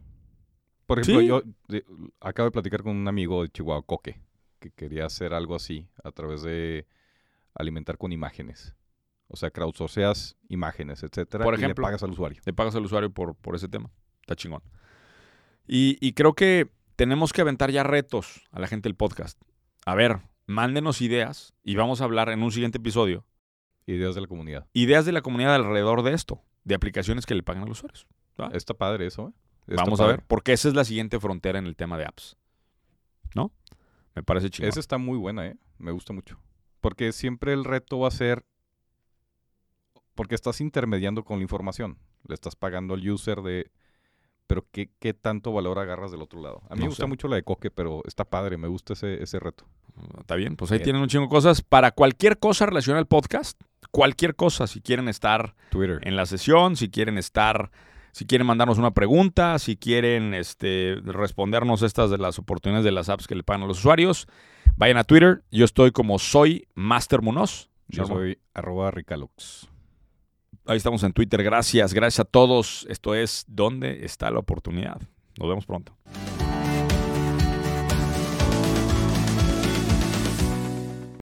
B: Por ejemplo,
A: Sí.
B: yo de- acabo de platicar con un amigo de Chihuahua, Coque, que quería hacer algo así a través de alimentar con imágenes. O sea, crowdsourceas imágenes, etcétera,
A: Por
B: y le
A: ejemplo.
B: pagas al usuario.
A: Le pagas al usuario por, por ese tema. Está chingón. Y, y creo que tenemos que aventar ya retos a la gente del podcast. A ver, mándenos ideas y vamos a hablar en un siguiente episodio.
B: Ideas de la comunidad.
A: Ideas de la comunidad alrededor de esto, de aplicaciones que le pagan a los usuarios. Ah.
B: Está padre eso, ¿eh? Está
A: vamos a
B: padre.
A: ver, porque esa es la siguiente frontera en el tema de apps. ¿No? Me parece chingón.
B: Esa está muy buena, ¿eh? Me gusta mucho. Porque siempre el reto va a ser. Porque estás intermediando con la información. Le estás pagando al user de. Pero ¿qué, qué tanto valor agarras del otro lado? A mí
A: No
B: me gusta
A: sé.
B: mucho la de Coque, pero está padre. Me gusta ese, ese reto.
A: Está bien, pues ahí
B: Bien.
A: tienen un chingo de cosas. Para cualquier cosa relacionada al podcast, cualquier cosa, si quieren estar
B: Twitter.
A: en la sesión, si quieren estar, si quieren mandarnos una pregunta, si quieren este, respondernos estas de las oportunidades de las apps que le pagan a los usuarios, vayan a Twitter. Yo estoy como soy Master Munoz.
B: Yo
A: Norma.
B: soy arroba Ricalux.
A: Ahí estamos en Twitter. Gracias, gracias a todos. Esto es ¿Dónde está la oportunidad? Nos vemos pronto.